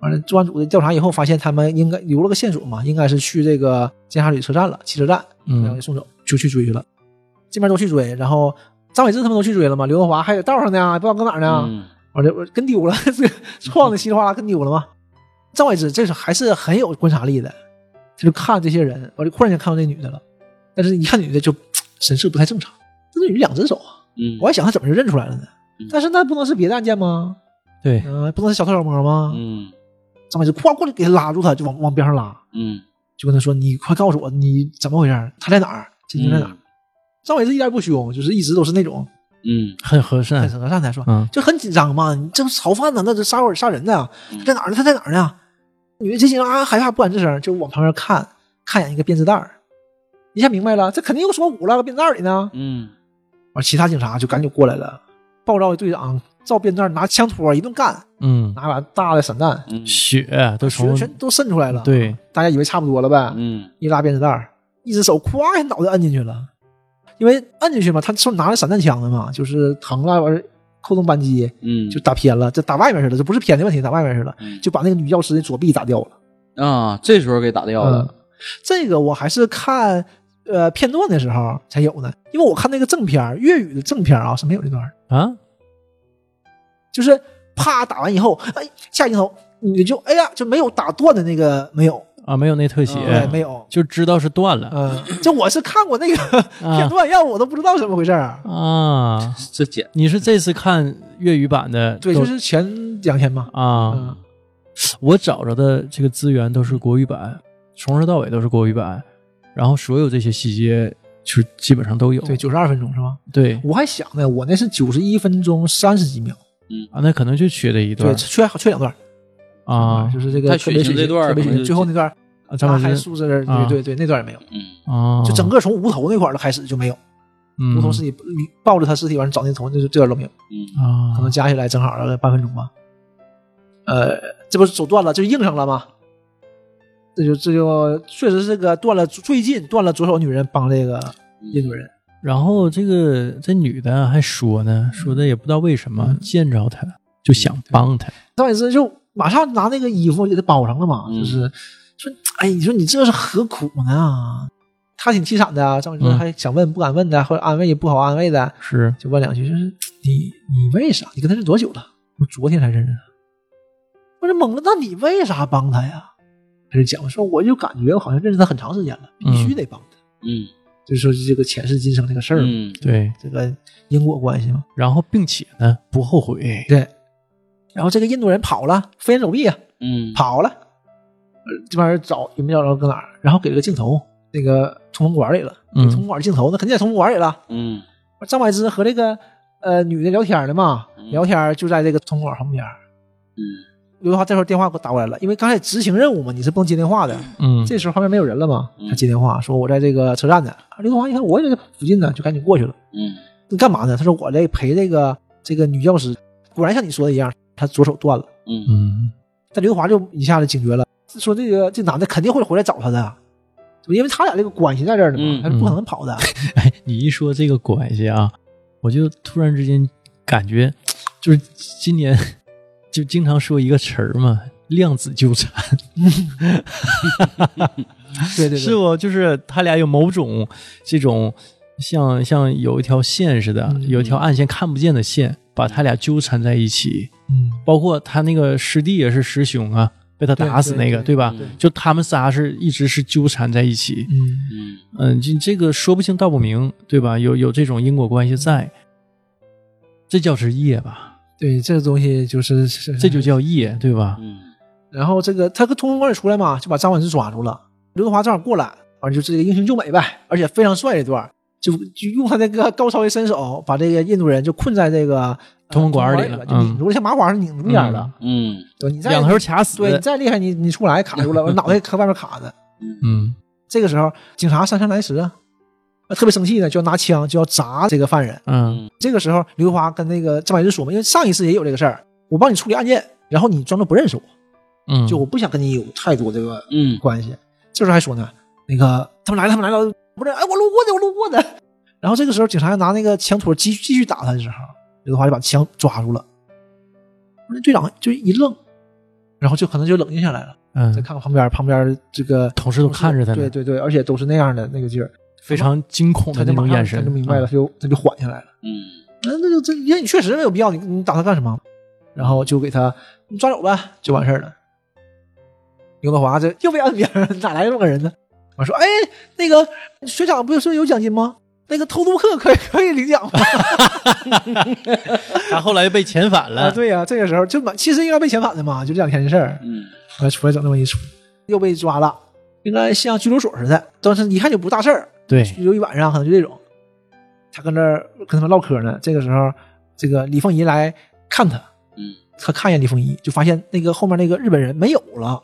C: 完了，重案组的调查以后发现他们应该留了个线索嘛，应该是去这个尖沙咀车站了，汽车站。然
B: 嗯
C: 后就送走，就去追了。这边都去追，然后张伟志他们都去追了嘛，刘德华还在道上呢，不知道搁哪儿呢，
D: 嗯
C: 完了我跟丢了， 这个撞的稀里哗啦跟丢了嘛。张伟志这是还是很有观察力的，他就看这些人，完了忽然间看到这女的了，但是一看女的就神色不太正常，这女的两只手啊，
D: 嗯，
C: 我还想她怎么就认出来了呢
D: 嗯？
C: 但是那不能是别的案件吗？
B: 对，
C: 嗯、不能是小偷小摸吗？
D: 嗯
C: 张伟志哐过来给他拉住他，就往往边上拉，
D: 嗯
C: 就跟他说：“你快告诉我，你怎么回事儿？他在哪儿？这人在哪儿？”张伟是一点不凶，就是一直都是那种
D: 嗯
B: 很和
C: 很
B: 善。
C: 和善的说，
B: 嗯
C: 就很紧张嘛。你这不是逃犯呢，那这杀人杀人呢，他在哪儿呢？他在哪儿呢？女的这心啊害怕不敢吱声，就往旁边看，看一眼一个编织袋儿，一下明白了，这肯定有什么捂了，搁编织袋里呢。
D: 嗯
C: 完，其他警察就赶紧过来了，报告队长照编织袋拿枪托一顿干，
B: 嗯，
C: 拿把大的散弹，
D: 嗯
B: 血都
C: 全
B: 从
C: 全都渗出来了。，
B: 对，
C: 大家以为差不多了呗。
D: 嗯
C: 一拉辫子带儿，一只手咵一下脑袋摁进去了，因为摁进去嘛，他手拿着散弹枪的嘛，就是疼了完事儿扣动扳机
D: 嗯，
C: 就打偏了，这打外面去了，这不是偏的问题，打外面去了，
D: 嗯
C: 就把那个女教师的左臂打掉了。
D: 啊，这时候给打掉
C: 嗯
D: 了，，
C: 这个我还是看呃片段的时候才有呢，因为我看那个正片儿粤语的正片儿啊是没有这段儿，
B: 啊，
C: 就是啪打完以后，哎，下一镜头你就哎呀就没有打断的那个没有，
B: 啊，没有那特写，
C: 对，
D: 嗯
C: 没有。
B: 就知道是断了
C: 嗯，这我是看过那个 片段，让我都不知道怎么回事儿啊。
B: 啊。
D: 这简
B: 你是这次看粤语版的？
C: 对，
B: 都
C: 就是前两天嘛。
B: 啊
C: 嗯，
B: 我找着的这个资源都是国语版，从头到尾都是国语版，然后所有这些细节就是基本上都有。
C: 对，九十二分钟是吧？
B: 对
C: 我还想呢，我那是九十一分钟三十几秒，
B: 啊，那可能就缺这一
C: 对，
B: 段
C: 缺缺两段
B: 啊
C: 就是这个
D: 太
C: 特别
D: 血腥这段儿
C: 特别血
D: 可能就
C: 腥，最后那段儿
B: 啊，张
C: 拿
B: 柏
C: 还
B: 芝
C: 竖着人，
B: 啊
C: 对对对，那段也没有，
D: 嗯
B: 啊，
C: 就整个从无头那块儿的开始就没有，
B: 嗯
C: 无头尸体你抱着他尸体完找那头，就是这段都没有，
D: 嗯
B: 啊，
C: 可能加起来正好了半分钟吧。呃，这不是手断了，就硬上了吗？这就这就确实是个断了，最近断了左手女人帮这个
D: 嗯
C: 印度人，
B: 然后这个这女的还说呢，说的也不知道为什么
C: 嗯
B: 见着他就想帮他，
C: 张伟芝就马上拿那个衣服给他包上了嘛，
D: 嗯
C: 就是说，哎，你说你这是何苦呢？啊他挺凄惨的、啊，张伟芝
B: 嗯
C: 还想问不敢问的，或者安慰也不好安慰的，
B: 是
C: 就问两句，就是你你为啥？你跟他认识多久了？我昨天才认识的。我这懵了，那你为啥帮他呀？他就讲说，我就感觉我好像认识他很长时间了，必须得帮他。
D: 嗯
C: 就是说这个前世今生这个事儿嘛，
D: 嗯
B: 对，
C: 这个因果关系嘛。
B: 然后并且呢不后悔，
C: 对。然后这个印度人跑了，飞檐走壁啊，
D: 嗯，
C: 跑了，呃这帮人找也没找着搁哪儿，然后给了个镜头，那个通风管里了，
B: 嗯
C: 通风管镜头那肯定在通风管里了。
D: 嗯
C: 张柏芝和这个呃女的聊天呢嘛，
D: 嗯
C: 聊天就在这个通风管旁边。
D: 嗯
C: 刘德华这时候电话给我打过来了，因为刚才执行任务嘛，你是不能接电话的。
B: 嗯，
C: 这时候旁边没有人了嘛，
D: 嗯
C: 他接电话说我在这个车站呢。啊刘德华一看我也在附近呢，就赶紧过去了。
D: 嗯
C: 你干嘛呢？他说我在陪这个这个女教师。果然像你说的一样，他左手断了。
D: 嗯
B: 嗯
C: 但刘德华就一下子警觉了，说这个这男的肯定会回来找他的，因为他俩这个关系在这儿呢嘛，
D: 嗯
C: 他是不可能跑的。
B: 哎，你一说这个关系啊，我就突然之间感觉，就是今年就经常说一个词儿嘛，量子纠缠，
C: 对对对，
B: 是不？就是他俩有某种这种像像有一条线似的，
C: 嗯
B: 有一条暗线看不见的线，把他俩纠缠在一起。
C: 嗯，
B: 包括他那个师弟也是师兄啊，被他打死那个，
C: 啊对对
B: 对吧
D: 对？
B: 就他们仨是一直是纠缠在一起。
C: 嗯，
D: 嗯
B: 嗯，这这个说不清道不明，对吧？有有这种因果关系在，这叫是业吧？
C: 对，这个东西就是是
B: 这就叫业，对吧？
D: 嗯
C: 然后这个他跟通风管里出来嘛，就把张婉之抓住了。刘德华正好过来，反正就是这个英雄救美呗，而且非常帅这段儿，就就用他那个高超的身手，把这个印度人就困在这个呃
B: 通风管里
C: 里
B: 了嗯
C: 就拧住了，像麻花似的拧住那样的。
D: 嗯
C: 对，你再
B: 两头卡死。
C: 对你再厉害，你你出不来卡住了，我脑袋搁外面卡着。
B: 嗯
C: 这个时候，警察姗姗来迟啊，呃特别生气呢，就要拿枪就要砸这个犯人。
B: 嗯
C: 这个时候，刘德华跟那个张柏芝说嘛，因为上一次也有这个事儿，我帮你处理案件，然后你装作不认识我，
B: 嗯，
C: 就我不想跟你有太多这个
D: 嗯
C: 关系。这时候还说呢，那个他们来了，他们来了，不是，哎，我路过的，我路过的。然后这个时候，警察拿那个枪托继续继续打他的时候，刘德华就把枪抓住了。那队长就一愣，然后就可能就冷静下来了。再
B: 嗯，
C: 看看旁边，旁边这个
B: 同事都看着他呢
C: 对对对，而且都是那样的那个劲儿，
B: 非常惊恐
C: 哦他
B: 的
C: 就
B: 那
C: 马
B: 种
C: 上
B: 眼神，嗯
C: 他就明白了，他就他就缓下来了。
D: 嗯
C: 那那就这，因为你确实没有必要，你你打他干什么？然后就给他你抓走呗，就完事儿了。刘德华这又被按扁了， 哪来这么个人呢？我说，哎，那个学长不是有奖金吗？那个偷渡客可以 可以领奖吗？
B: 嗯。他后来又被遣返
C: 啊，
B: 了。
C: 对呀、这个时候就蛮其实应该被遣返的嘛，就这两天的事儿。
D: 嗯
C: 后来出来整那么一出，又被抓了，应该像拘留所似的，但是一看就不大事儿，
B: 对，
C: 拘留一晚上，可能就这种。他跟那儿跟他们唠嗑呢，这个时候，这个李凤仪来看他，
D: 嗯，
C: 他看一眼李凤仪，就发现那个后面那个日本人没有了，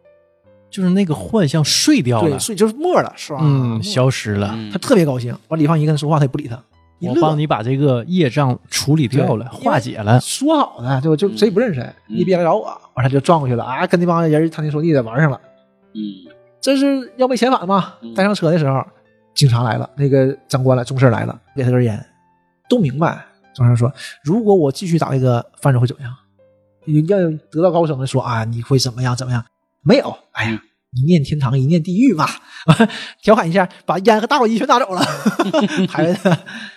B: 就是那个幻象睡掉
C: 对，
B: 了，
C: 所以就是没了，唰，
B: 嗯，
C: 没
B: 消失了。
D: 嗯
C: 他特别高兴。完，李凤仪跟他说话，他也不理他，一
B: 我
C: 乐
B: 帮你把这个业障处理掉了，
C: 嗯对
B: 化解了。
C: 说好的，就就谁也不认识谁，你别来找我。完，他就转过去了，啊，跟那帮人谈天说地的玩上了。
D: 嗯
C: 这是要被遣返嘛
D: 嗯？
C: 带上车的时候，警察来了，那个长官来，中事来了，给他根烟，都明白。中事说，如果我继续打这个犯人会怎么样？你要得道高僧的说啊，你会怎么样怎么样？没有，哎呀，
B: 嗯
C: 一念天堂，一念地狱嘛。 调侃一下，把烟和打火机全拿 走了，孩子，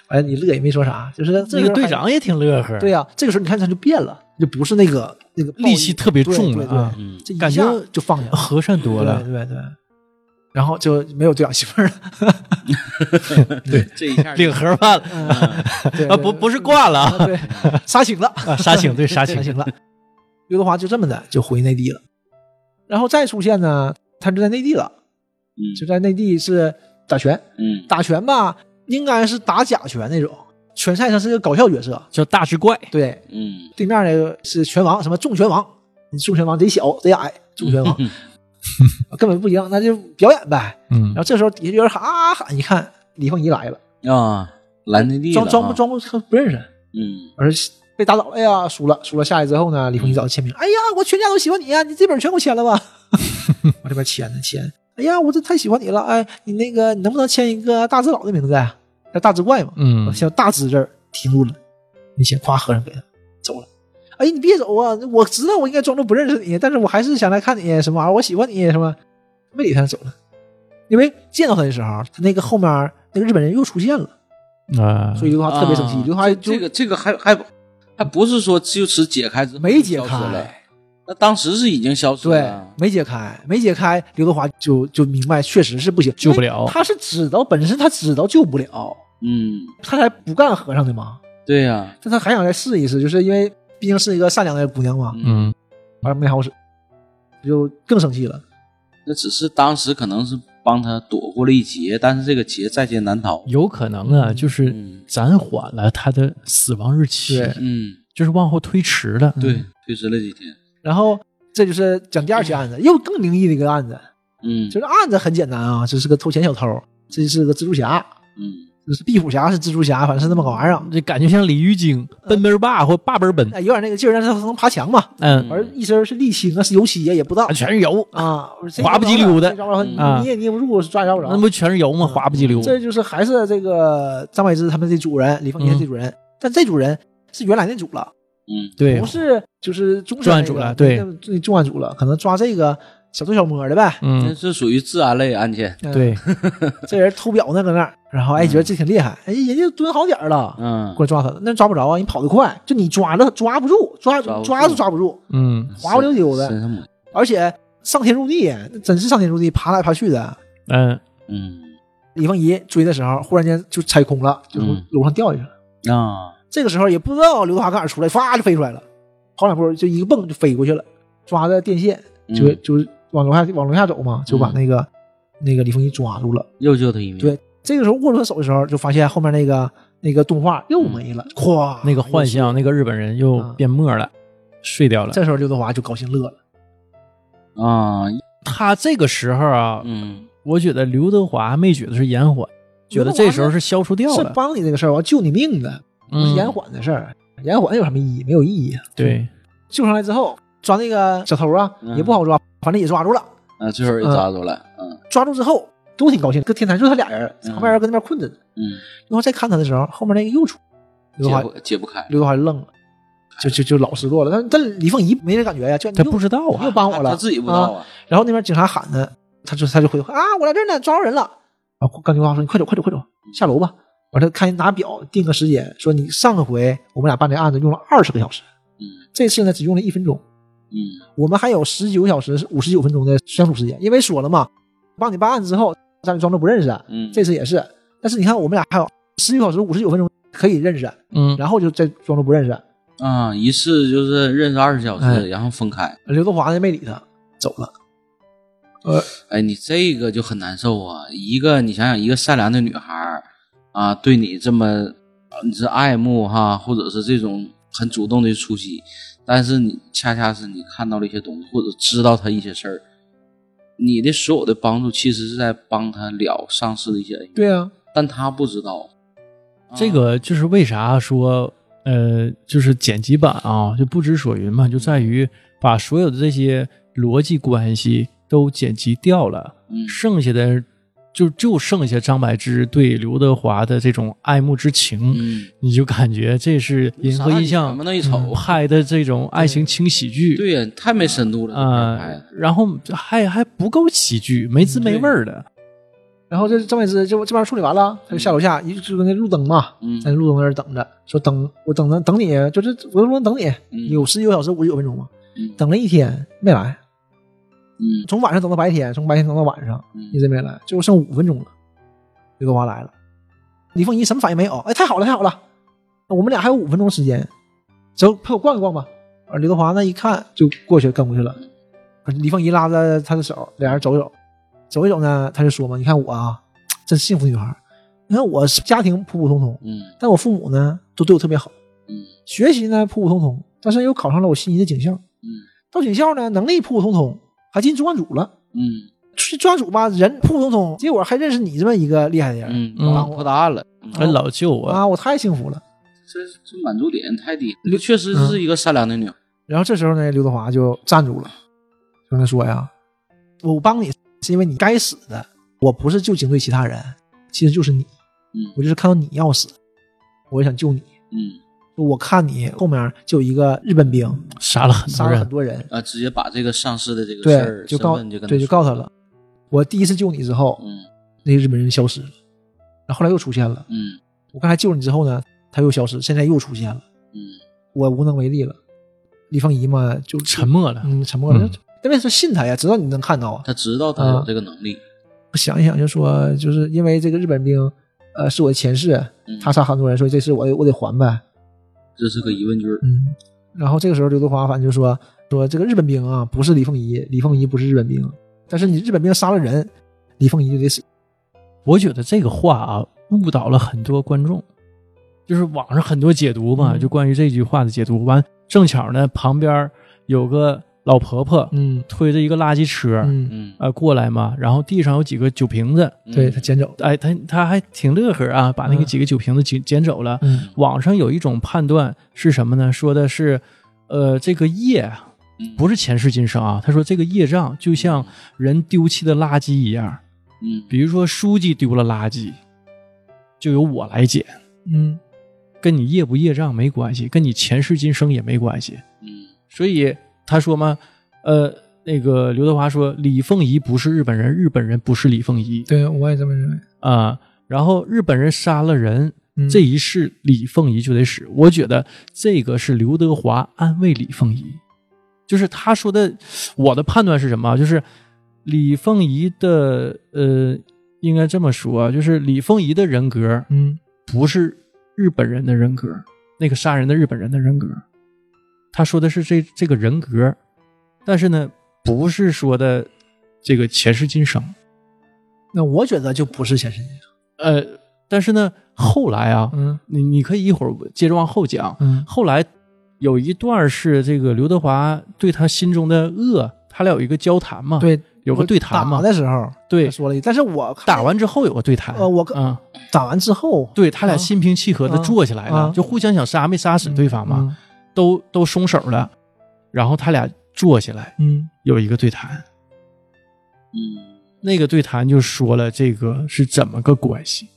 C: 完了你乐也没说啥，就是这
B: 那
C: 时
B: 个
C: 候
B: 队
C: 还
B: 长也挺乐呵，
C: 对呀、啊这个时候你看他就变了，就不是那个那个暴力
B: 戾气特别重
C: 对
B: 了
C: 对对
B: 啊，
D: 嗯
C: 这一
B: 感
C: 下
B: 觉
C: 就放下了。
B: 和善多了。
C: 对对对，然后就没有队长媳妇儿了。
D: 对，这一下
B: 领盒饭了
C: 对
B: 嗯啊，不不是挂了啊，
C: 对， 杀青了，
B: 啊杀青对杀青
C: 杀青了。刘德华就这么的就回内地了，然后再出现呢，他就在内地了，
D: 嗯
C: 就在内地是打拳，
D: 嗯
C: 打拳吧，应该是打假拳那种，拳赛上是个搞笑角色，
B: 叫大只怪。
C: 对，
D: 嗯
C: 对面那个是拳王，什么重拳王，你重拳王贼小贼矮，重拳王 根本不一样，那就表演呗。
B: 嗯
C: 然后这时候底下有人喊啊喊，一看李凤仪来了。
D: 啊，蓝天地
C: 装
D: 了
C: 装不
D: 啊？
C: 装不他不认识，
D: 嗯
C: 而是被打倒了哎呀，输了输了。下来之后呢，李凤仪找他签名，哎呀，我全家都喜欢你呀，你这本全给我签了吧。 我这边签呢签，哎呀，我这太喜欢你了，哎，你那个你能不能签一个大智老的名字呀？叫大智怪嘛，
B: 嗯
C: 我签大智字儿停住了，你签夸合上给他走了。哎，你别走啊！我知道我应该装作不认识你，但是我还是想来看你什么玩意儿，我喜欢你什么，没理他走了。因为见到他的时候，他那个后面那个日本人又出现了，
B: 啊，
C: 所以刘德华特别生气。
D: 啊
C: 刘德华就
D: 这个这个还还还不是说就此解开之后
C: 没解
D: 就消失了，
C: 开，
D: 那当时是已经消失
C: 对
D: 了，。
C: 没解开，没解开，刘德华就就明白确实是不行，
B: 救不了
C: 因为他是知道本身他知道救不了，
D: 嗯，
C: 他才不干和尚的嘛，
D: 对啊呀，
C: 但他还想再试一试，就是因为毕竟是一个善良的姑娘嘛，
B: 嗯
C: 完了没好使。就更生气了。
D: 那只是当时可能是帮他躲过了一劫，但是这个劫在劫难逃。
B: 有可能啊，就是
D: 嗯
B: 暂缓了他的死亡日期，
C: 对
D: 嗯，
B: 就是往后推迟嗯了。
D: 对，推迟了几天。
C: 然后这就是讲第二起
B: 嗯
C: 案子，又更灵异的一个案子，
D: 嗯，
C: 就是案子很简单啊，这是个偷钱小偷，这是个蜘蛛侠，
D: 嗯，
C: 这是壁虎侠，是蜘蛛侠，反正是那么个玩意儿，
B: 这感觉像鲤鱼精、奔奔爸或爸奔奔，
C: 哎，有点那个劲儿，但是他能爬墙嘛，
B: 嗯，
C: 而一身是沥青啊，是油漆啊，也不大
B: 啊全是油，
C: 啊，我说这
B: 滑不叽溜的
C: 这抓不着
B: 啊
C: 你也捏不住，抓也抓不
B: 那
C: 着。
B: 不全是油吗？滑不叽溜。
C: 这就是还是这个张柏芝他们这主人李凤
B: 嗯
C: 年这主人，但这主人是原来那组了，
D: 嗯，
B: 对
C: 不，是就是中
B: 重案组了对
C: 对，重案组了，可能抓这个小偷小摸的呗。
D: 这
B: 嗯，
D: 是属于治安类案件。
C: 嗯，
B: 对，嗯
C: 这人偷表呢，搁那儿，然后哎，觉得这挺厉害，哎，人家蹲好点儿了，
D: 嗯
C: 过，来抓他了，那抓不着啊，人跑得快，就你抓了抓不住，抓
D: 抓不住
C: 抓都抓不住，
B: 嗯，
C: 滑不溜丢的
D: 身上抹。
C: 而且上天入地，真是上天入地，爬来爬去的。
B: 嗯，
D: 嗯
C: 李凤仪追的时候，忽然间就踩空了，就从
D: 嗯
C: 楼上掉下去了。
D: 啊，
C: 这个时候也不知道刘德华搁哪儿出来，唰就飞出来了，跑两步就一个蹦就飞过去了，抓着电线就、
D: 嗯
C: 就往楼下往楼下走嘛，就把那个、那个李凤仪抓住了。
D: 又救他一命。
C: 对这个时候握住他手的时候，就发现后面那个那个动画又没了，咵、
B: 那个幻。象，那个日本人又变沫了，睡掉了。
C: 这时候刘德华就高兴乐了，
D: 啊，
B: 他这个时候啊，
D: 嗯
B: 我觉得刘德华没觉得是延缓，觉得这时候是消除掉
C: 是
B: 了，
C: 帮你这个事儿，我要救你命的，不是
B: 嗯
C: 延。缓的事儿，延缓有什么意义？没有意义啊。
B: 对，
C: 救上来之后，抓那个小偷啊
D: 嗯
C: 也不好抓，反正也抓住了。
D: 啊，最后也抓住了。嗯
C: 抓住之后都挺高兴，搁天台就他俩人，
D: 嗯
C: 旁边人搁那边困着呢。
D: 嗯，
C: 然后再看他的时候，后面那个又出，刘
D: 解
C: 德华
D: 不解不开。
C: 刘德华就愣了，就就就老失落了。但但李凤仪没这感觉呀，就
B: 他
C: 你
B: 不
C: 又
B: 知道啊
C: 又，帮我了，
D: 他自己不知道
C: 啊
D: 啊。
C: 然后那边警察喊他，他就他就回头啊，我来这儿呢，抓着人了。啊然后跟刘德华说：“你快走，快走，快走，下楼吧。”完他看拿表定个时间，说：“你上回我们俩办这案子用了二十个小时，
D: 嗯
C: 这次呢只用了一分钟。”
D: 嗯
C: 我们还有十九小时五十九分钟的相处时间，因为说了嘛，帮你办案之后，咱们装作不认识，啊
D: 嗯，
C: 这次也是。但是你看，我们俩还有十九小时五十九分钟可以认识，
B: 嗯，
C: 然后就再装作不认识。
D: 啊，一次就是认识二十小
C: 哎
D: 时，然后分开。
C: 刘德华呢没理他，走了。呃，
D: 哎，你这个就很难受啊！一个你想想，一个善良的女孩儿啊，对你这么，呃你是爱慕哈，或者是这种很主动的出击，但是你恰恰是你看到了一些东西，或者知道她一些事儿，你的所有的帮助其实是在帮她了上司的一些恩怨，
C: 对啊，
D: 但她不知道。啊
B: 这个就是为啥说，呃，就是剪辑版啊，就不知所云嘛，就在于把所有的这些逻辑关系都剪辑掉了，
D: 嗯
B: 剩下的就就剩下张柏芝对刘德华的这种爱慕之情，
D: 嗯，
B: 你就感觉这是银河印
D: 啥你怎
B: 象
D: 么那一瞅
B: 嗯拍的这种爱情轻喜剧，
D: 对呀，太没深度了，这片
B: 啊、
D: 儿拍的
B: 然后还还不够喜剧，没
D: 嗯
B: 滋没味儿的，
C: 然后这张柏芝这这边处理完了，他就下楼下，一就跟那路灯嘛，
D: 嗯
C: 在路灯那儿等着，说等我等着等你，就是我路灯等你，
D: 嗯
C: 有十九小时五十九分钟嘛，
D: 嗯
C: 等了一天没来，
D: 嗯
C: 从晚上等到白天，从白天等到晚上，
D: 嗯
C: 一直没来，最后剩五分钟了，刘德华来了，李凤仪什么反应没有？哎，太好了，太好了，我们俩还有五分钟时间，走，陪我逛一逛吧。而刘德华那一看就过去跟过去了，李凤仪拉着他的手，俩人走走，走一走呢，他就说嘛，你看我啊，真幸福女孩儿，你看我家庭普普通通，
D: 嗯
C: 但我父母呢都对我特别好，
D: 嗯
C: 学习呢普普通通，但是又考上了我心仪的警校，
D: 嗯
C: 到警校呢能力普普通通，还进重案组了。
D: 嗯
C: 去专案组吧，人普普通通，结果还认识你这么一个厉害的人、
D: 嗯
B: 嗯
D: 嗯，破大案了。嗯
B: 还哎老救我。
C: 啊，我太幸福了。
D: 这这满足点太低，你确实是一个善良的女孩。
C: 然后这时候呢，刘德华就站住了，就跟他说呀：“我帮你是因为你该死的，我不是就针对其他人，其实就是你，
D: 嗯
C: 我就是看到你要死，我就想救你。
D: 嗯
C: 我看你后面就有一个日本兵
B: 杀了很
C: 杀
B: 多
C: 了
B: 人
C: 很，多人，
D: 啊，直接把这个上司的这个事
C: 对，
D: 儿
C: 就
D: 身
C: 告
D: 份就跟
C: 对就
D: 说
C: 告他了。我第一次救你之后，
D: 嗯
C: 那个日本人消失了，然后后来又出现了。
D: 嗯
C: 我刚才救你之后呢，他又消失，现在又出现了。”
D: 嗯
C: 我无能为力了。李凤仪嘛，就
B: 沉，默了。
C: 嗯，沉默了
B: 嗯。
C: 因为是信他呀，知道你能看到啊。
D: 他知道他有这个能力，
C: 我想一想，就说就是因为这个日本兵，呃，是我的前世，
D: 嗯
C: 他杀很多人，所以这次我得我得还呗。
D: 这是个疑问句儿。
C: 嗯。然后这个时候，刘德华反正就说：“说这个日本兵啊不是李凤仪，李凤仪不是日本兵，但是你日本兵杀了人，李凤仪就得死。
B: 我觉得这个话啊误导了很多观众，就是网上很多解读嘛，
C: 嗯
B: 就关于这句话的解读。完，正巧呢，旁边有个老婆婆
C: 嗯
B: 推着一个垃圾车，
C: 嗯，
D: 嗯，
B: 呃，过来嘛，然后地上有几个酒瓶子，
D: 嗯
C: 对他捡走了。
B: 哎，他他还挺乐呵啊，把那个
C: 嗯
B: 几个酒瓶子捡捡走了。
C: 嗯
B: 网上有一种判断是什么呢？说的是，呃，这个业
D: 嗯
B: 不是前世今生啊。他说这个业障就像人丢弃的垃圾一样，
D: 嗯，
B: 比如说书记丢了垃圾，就由我来捡，
C: 嗯
B: 跟你业不业障没关系，跟你前世今生也没关系。
D: 嗯
B: 所以他说嘛，呃，那个刘德华说李凤仪不是日本人，日本人不是李凤仪，
C: 对，我也这么认为。
B: 啊、然后日本人杀了人，
C: 嗯
B: 这一世李凤仪就得死。我觉得这个是刘德华安慰李凤仪，就是他说的。我的判断是什么？啊就是李凤仪的呃，应该这么说啊，就是李凤仪的人格
C: 嗯
B: 不是日本人的人格，那个杀人的日本人的人格。他说的是这这个人格，但是呢，不是说的这个前世今生。
C: 那我觉得就不是前世今生。
B: 呃，但是呢，后来啊，
C: 嗯
B: 你你可以一会儿接着往后讲。
C: 嗯
B: 后来有一段是这个刘德华对他心中的恶，他俩有一个交谈嘛，，
C: 对，
B: 有个对谈
C: 打
B: 嘛，
C: 的时候
B: 对
C: 他，说了一，但是我看
B: 打完之后有个对谈。
C: 呃我
B: 嗯，
C: 打完之后
B: 对他俩
C: 啊
B: 心平气和的
C: 啊
B: 坐起来了，
C: 啊嗯
B: 就互相想杀没杀死对方嘛，
C: 嘛，
B: 都都松手了，然后他俩坐起来
C: 嗯
B: 有一个对谈，
D: 嗯
B: 那个对谈就说了这个是怎么个关系，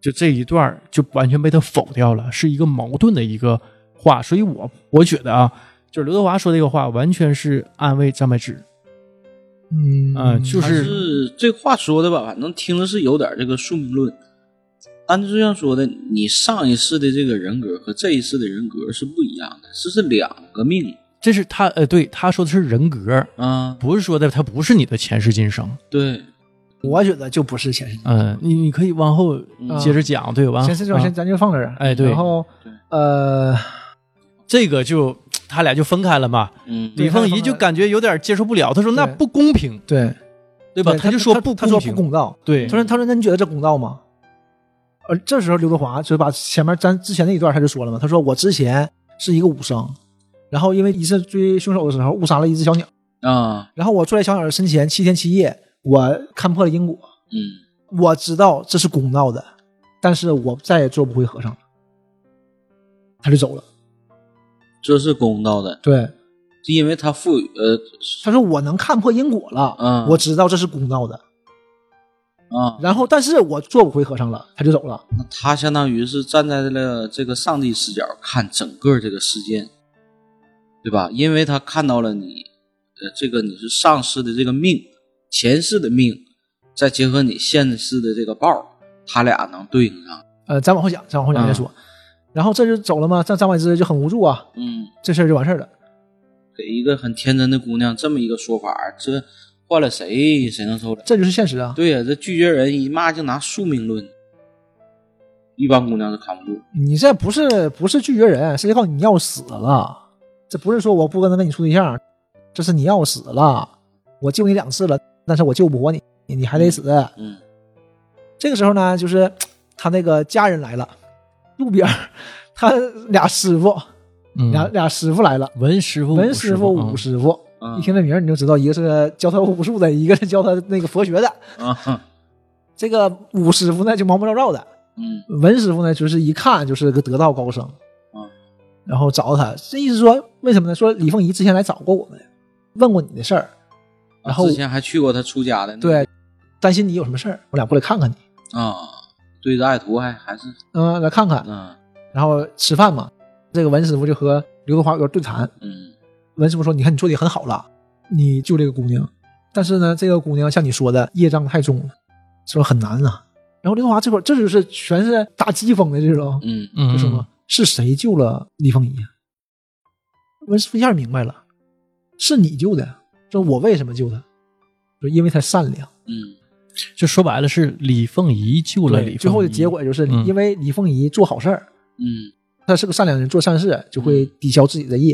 B: 就这一段儿就完全被他否掉了，是一个矛盾的一个话，所以我我觉得啊，就是刘德华说这个话完全是安慰张柏芝，
C: 嗯
B: 啊就
D: 还
B: 是
D: 是这话说的吧，反正听着是有点这个宿命论。但是就像说的，你上一世的这个人格和这一世的人格是不一样的，这是两个命
B: 这是他呃对他说的是人格，
D: 啊。
B: 不是说的他不是你的前世今生，
D: 对，
C: 我觉得就不是前世今生。
B: 嗯、你你可以往后接着讲，对吧？
C: 前世今生
B: 啊
C: 嗯先咱就放这儿。
B: 哎对
C: 然后
D: 对
C: 呃，
B: 这个就他俩就分开了嘛，
D: 嗯
C: 对
B: 李凤
C: 他
B: 仪
C: 俩分开
B: 就
C: 了
B: 感觉有点接受不了，他说那
C: 对
B: 不公平，
C: 对
B: 对吧？
C: 他
B: 就
C: 说
B: 说不
C: 他说
B: 公
C: 不
B: 平，
C: 公道。
B: 对，
C: 他说他说那你觉得这公道吗？而这时候刘德华就把前面咱之前那一段他就说了嘛，他说我之前是一个武生，然后因为一次追凶手的时候误杀了一只小鸟，
D: 啊，
C: 然后我坐在小鸟的身前七天七夜，我看破了因果，
D: 嗯
C: 我知道这是公道的，但是我再也做不回和尚了。他就走了。
D: 这是公道的，
C: 对，
D: 是因为他赋予呃
C: 他说我能看破因果了，
D: 嗯
C: 我知道这是公道的，
D: 啊，
C: 然后但是我做不回和尚了，他就走了。
D: 那他相当于是站在了这个上帝视角看整个这个事件，对吧？因为他看到了你，呃，这个你是上世的这个命，前世的命，再结合你现世的这个报，他俩能对应上。
C: 呃，咱往后讲，咱往后讲再说。然后这就走了嘛，张张柏芝就很无助啊，
D: 嗯，
C: 这事儿就完事儿了。
D: 给一个很天真的姑娘这么一个说法，这换了谁谁能受了？
C: 这就是现实啊。
D: 对呀、这拒绝人一骂就拿宿命论，一般姑娘是扛不住。
C: 你这不是不是拒绝人，是告诉你要死了。这不是说我不跟他跟你处对象，这是你要死了。我救你两次了，但是我救不活你，你你还得死。
D: 嗯
C: 这个时候呢，就是他那个家人来了，路边儿他俩师傅，
B: 嗯
C: 俩俩师傅来了，
B: 文师傅、
C: 文师傅、
B: 嗯
C: 武师傅。
D: 嗯
C: 一听这名儿你就知道，一个是教他武术的，一个是教他那个佛学的。
D: 啊哼
C: 这个武师傅呢就毛毛躁躁的，
D: 嗯
C: 文师傅呢就是一看就是个得道高僧，
D: 嗯，
C: 然后找他，这意思说为什么呢？说李凤仪之前来找过我们，问过你的事儿，然后
D: 之前还去过他出家的那个
C: 对，担心你有什么事儿，我俩过来看看你，
D: 啊，对着爱徒还还是
C: 嗯，来看看，
D: 嗯
C: 然后吃饭嘛，这个文师傅就和刘德华有个对谈，
D: 嗯
C: 文师傅说：“你看你做的也很好了，你救这个姑娘，但是呢，这个姑娘像你说的业障太重了，说很难啊。”然后刘德华这会儿这就是全是打讥讽的这种，
D: 嗯
B: 嗯，
C: 就是说是谁救了李凤仪啊？文师傅一下明白了，是你救的。说我为什么救她？说因为她善良。
D: 嗯
B: 就说白了是李凤仪救了
C: 对
B: 李凤仪，
C: 最后的结果就是
B: 嗯
C: 因为李凤仪做好事儿，
D: 嗯
C: 她是个善良人，做善事就会抵消自己的业。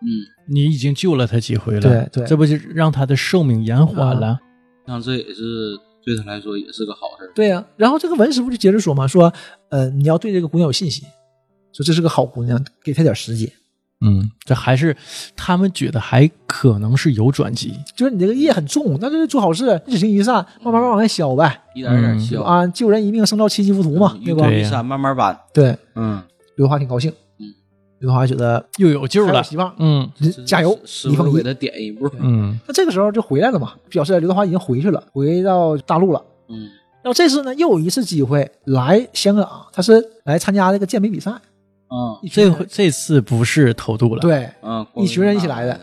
D: 嗯，
B: 你已经救了他几回了，
C: 对对嗯
B: 这不就让他的寿命延缓了？
D: 像这也是对他来说也是个好事儿。
C: 对呀、然后这个文师傅就接着说嘛，说呃，你要对这个姑娘有信心，说这是个好姑娘，给她点时间。
B: 嗯，这还是他们觉得还可能是有转机。
C: 就是你这个业很重，那就是做好事，日行一善，慢慢慢慢往外消呗，
D: 一点儿一点儿消，
C: 啊，救人一命胜造七级浮屠嘛，
D: 嗯
C: 对
D: 一
C: 吧
B: 嗯
D: 步？
B: 对
D: 一闪，慢慢搬。
C: 对，
D: 嗯，
C: 刘德华挺高兴，
D: 嗯，
C: 刘德华觉得
B: 又有救
C: 还有
B: 了。
C: 希望，
B: 嗯
C: 加油，
D: 师
C: 一
D: 傅
C: 放
D: 给
C: 一。
D: 他点一步。
B: 嗯
C: 那这个时候就回来了嘛，表示刘德华已经回去了，回到大陆了。
D: 嗯
C: 然后这次呢，又有一次机会来香港，他是来参加这个健美比赛，
D: 嗯
C: 一群
B: 这
C: 人
B: 回哦这次不是偷渡了，，
C: 对。
D: 嗯，
C: 一群人一起来的。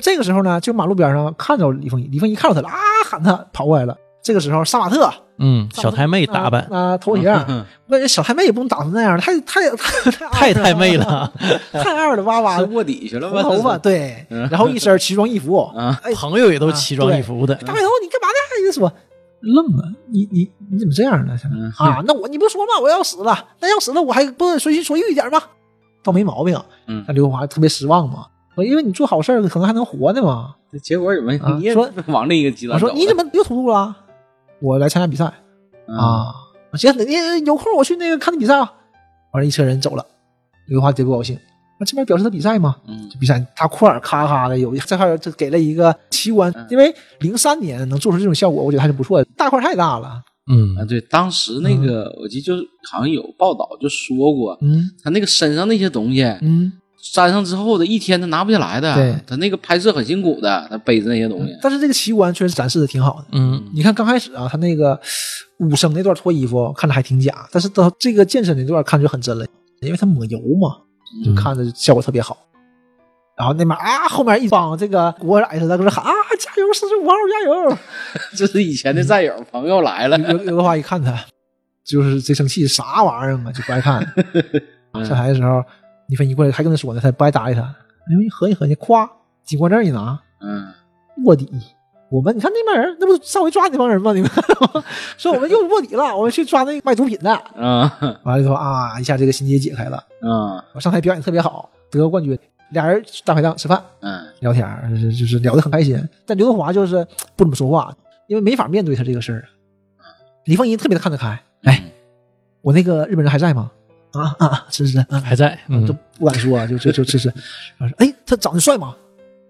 C: 这个时候呢，就马路边上看着李凤仪，李凤仪看到他了啊，喊他跑过来了。这个时候，杀马特
B: 嗯，小太妹打扮
C: 啊、啊头型，
D: 嗯
C: 我感觉小太妹也不能打成那样，太太太
B: 太太妹，
C: 啊
B: 了，
C: 太二了，哇哇
D: 是
C: 的，
D: 卧底 去了
C: 红
D: 吧？
C: 头发，
D: 这
C: 对，
D: 嗯
C: 然后一身奇 装异服，
D: 是啊，
C: 哎，
B: 朋友也都奇装异服的，
C: 大白头，你干嘛呢？就说愣了，你你你怎么这样呢？
D: 嗯
C: 啊，那我你不说嘛，我要死了，那要死了，我还不能随心所欲一点吗？倒没毛病。
D: 嗯
C: 那，刘德华特别失望嘛，我因为你做好事儿，可能还能活呢嘛。
D: 这结果怎么
C: 啊
D: 你也
C: 说
D: 往另一个极
C: 我
D: 端走
C: 说
D: 了？
C: 你怎么又投入了？我来参加比赛
D: 啊？
C: 啊，行，你你有空我去那个看你比赛啊。完了，一车人走了，刘德华贼不高兴。那这边表示他比赛嘛，
D: 嗯
C: 这比赛大块儿咔咔的有，这块儿就给了一个七关
D: 嗯，
C: 因为零三年能做出这种效果，我觉得还是不错的。大块儿太大了，
D: 啊，
B: 嗯
D: 对，当时那个我记得就是好像有报道就说过，
C: 嗯
D: 他那个身上那些东西
C: 嗯，
D: 粘上之后的一天他拿不下来的
C: 对，嗯
D: 他那个拍摄很辛苦的，他背着那些东 西。
C: 但是这个奇观确实展示的挺好的。
B: 嗯
C: 你看刚开始啊，他那个武生那段脱衣服看着还挺假，但是到这个健身那段看着就很真了，因为他抹油嘛，就看着效果特别好。然后那边啊，后面一帮这个国仔似的搁这喊啊，加油，四十五号加
D: 这是以前的战友朋友来了，
C: 油！刘刘德华一看他，就是贼生气，啥玩意儿嘛，就不爱看。
D: 嗯
C: 上台的时候，李芬一过来还跟他说呢，他也不爱搭理他。因为一合计合计，夸警官证一拿，
D: 嗯，
C: 卧底。我们你看那帮人，那不上回抓你那帮人吗？你们 说我们又卧底了，我们去抓那卖毒品的。
D: 啊
C: 完了之后啊，一下这个心结解开了。
D: 啊
C: 我上台表演特别好，得过冠军。俩人大排档吃饭
D: 嗯
C: 聊天儿，就是就是聊得很开心。但刘德华就是不怎么说话，因为没法面对他这个事儿。李凤仪特别的看得开。
B: 嗯
C: 哎，我那个日本人还在吗？啊啊，是是是，啊
B: 还在，嗯
C: 就不敢说，啊就就就就是，然后说哎，他长得帅吗？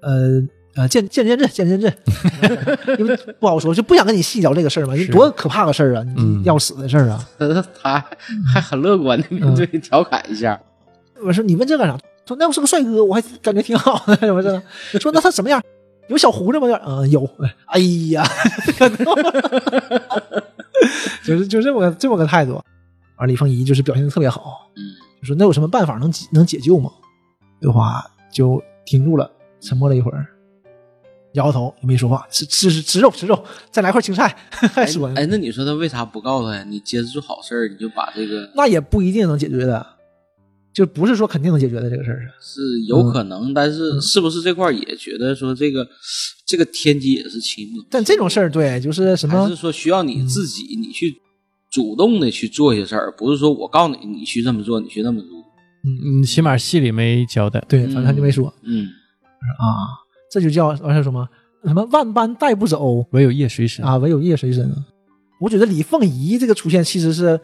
C: 呃呃，见见仁见智，见 仁见智，因为不好说，就不想跟你细聊这个事儿嘛，
B: 是
C: 多可怕个事儿啊，你
B: 嗯
C: 要死的事儿啊！
D: 他他还很乐观的面对
C: 嗯
D: 调侃一下，
C: 我说你问这干啥？说那要是个帅哥，我还感觉挺好的， 什么的。说那他什么样？有小胡子吗？嗯，有。哎呀， 就是就这么个这么个态度。而李凤仪就是表现的特别好，
D: 嗯
C: 就说那有什么办法能解能解救吗？刘华就停住了，沉默了一会儿，摇摇头，也没说话，吃吃吃吃肉吃肉，再来块青菜， 还说呢
D: 哎，那你说他为啥不告诉他呀？你接着做好事儿，你就把这个
C: 那也不一定能解决的，就不是说肯定能解决的这个事儿是。
D: 是
C: 嗯
D: 有可能，但是是不是这块儿也觉得说这个这个天机也是亲不？
C: 但这种事儿，对，就是什么嗯
D: 还是说需要你自己你去主动的去做一些事儿，不是说我告诉你你去这么做，你去那么做。
B: 嗯，起码戏里没交代，
C: 对，反正他就没说、
D: 嗯，
C: 啊，这就叫完事儿什么什么万般带不走
B: 唯有夜随身，
C: 啊，唯有夜随身啊。我觉得李凤仪这个出现其实是，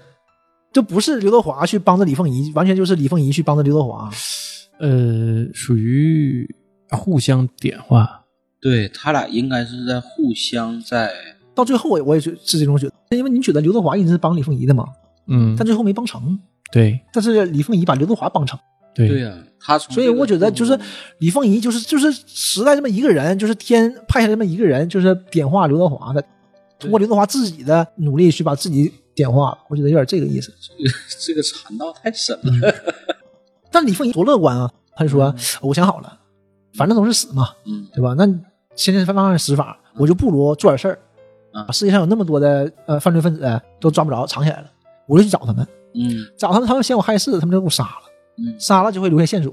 C: 就不是刘德华去帮着李凤仪，完全就是李凤仪去帮着刘德华。
B: 呃，属于互相点化，
D: 对他俩应该是在互相在
C: 到最后我也我也觉得是这种觉得，因为你觉得刘德华一直是帮李凤仪的嘛，
B: 嗯
C: 但，最后没帮成，
B: 对
C: 但是李凤仪把刘德华帮成，
D: 啊对
B: 啊
D: 呀、他从
C: 所以
D: 这个
C: 我觉得就是李凤仪就是就是时代这么一个人，就是天派下这么一个人，就是点化刘德华的，通过刘德华自己的努力去把自己点化，我觉得有点这个意思。
D: 这个禅道太深了。
C: 但李凤仪多乐观啊！他就说：“我想好了，反正都是死嘛，
D: 嗯
C: 对吧？那千千万万死法，我就不如做点事儿。
D: 嗯
C: 世界上有那么多的呃犯罪分子都抓不着，藏起来了，我就去找他们，
D: 嗯
C: 找他们，他们嫌我害事，他们就给我杀了，
D: 嗯，
C: 杀了就会留下线索，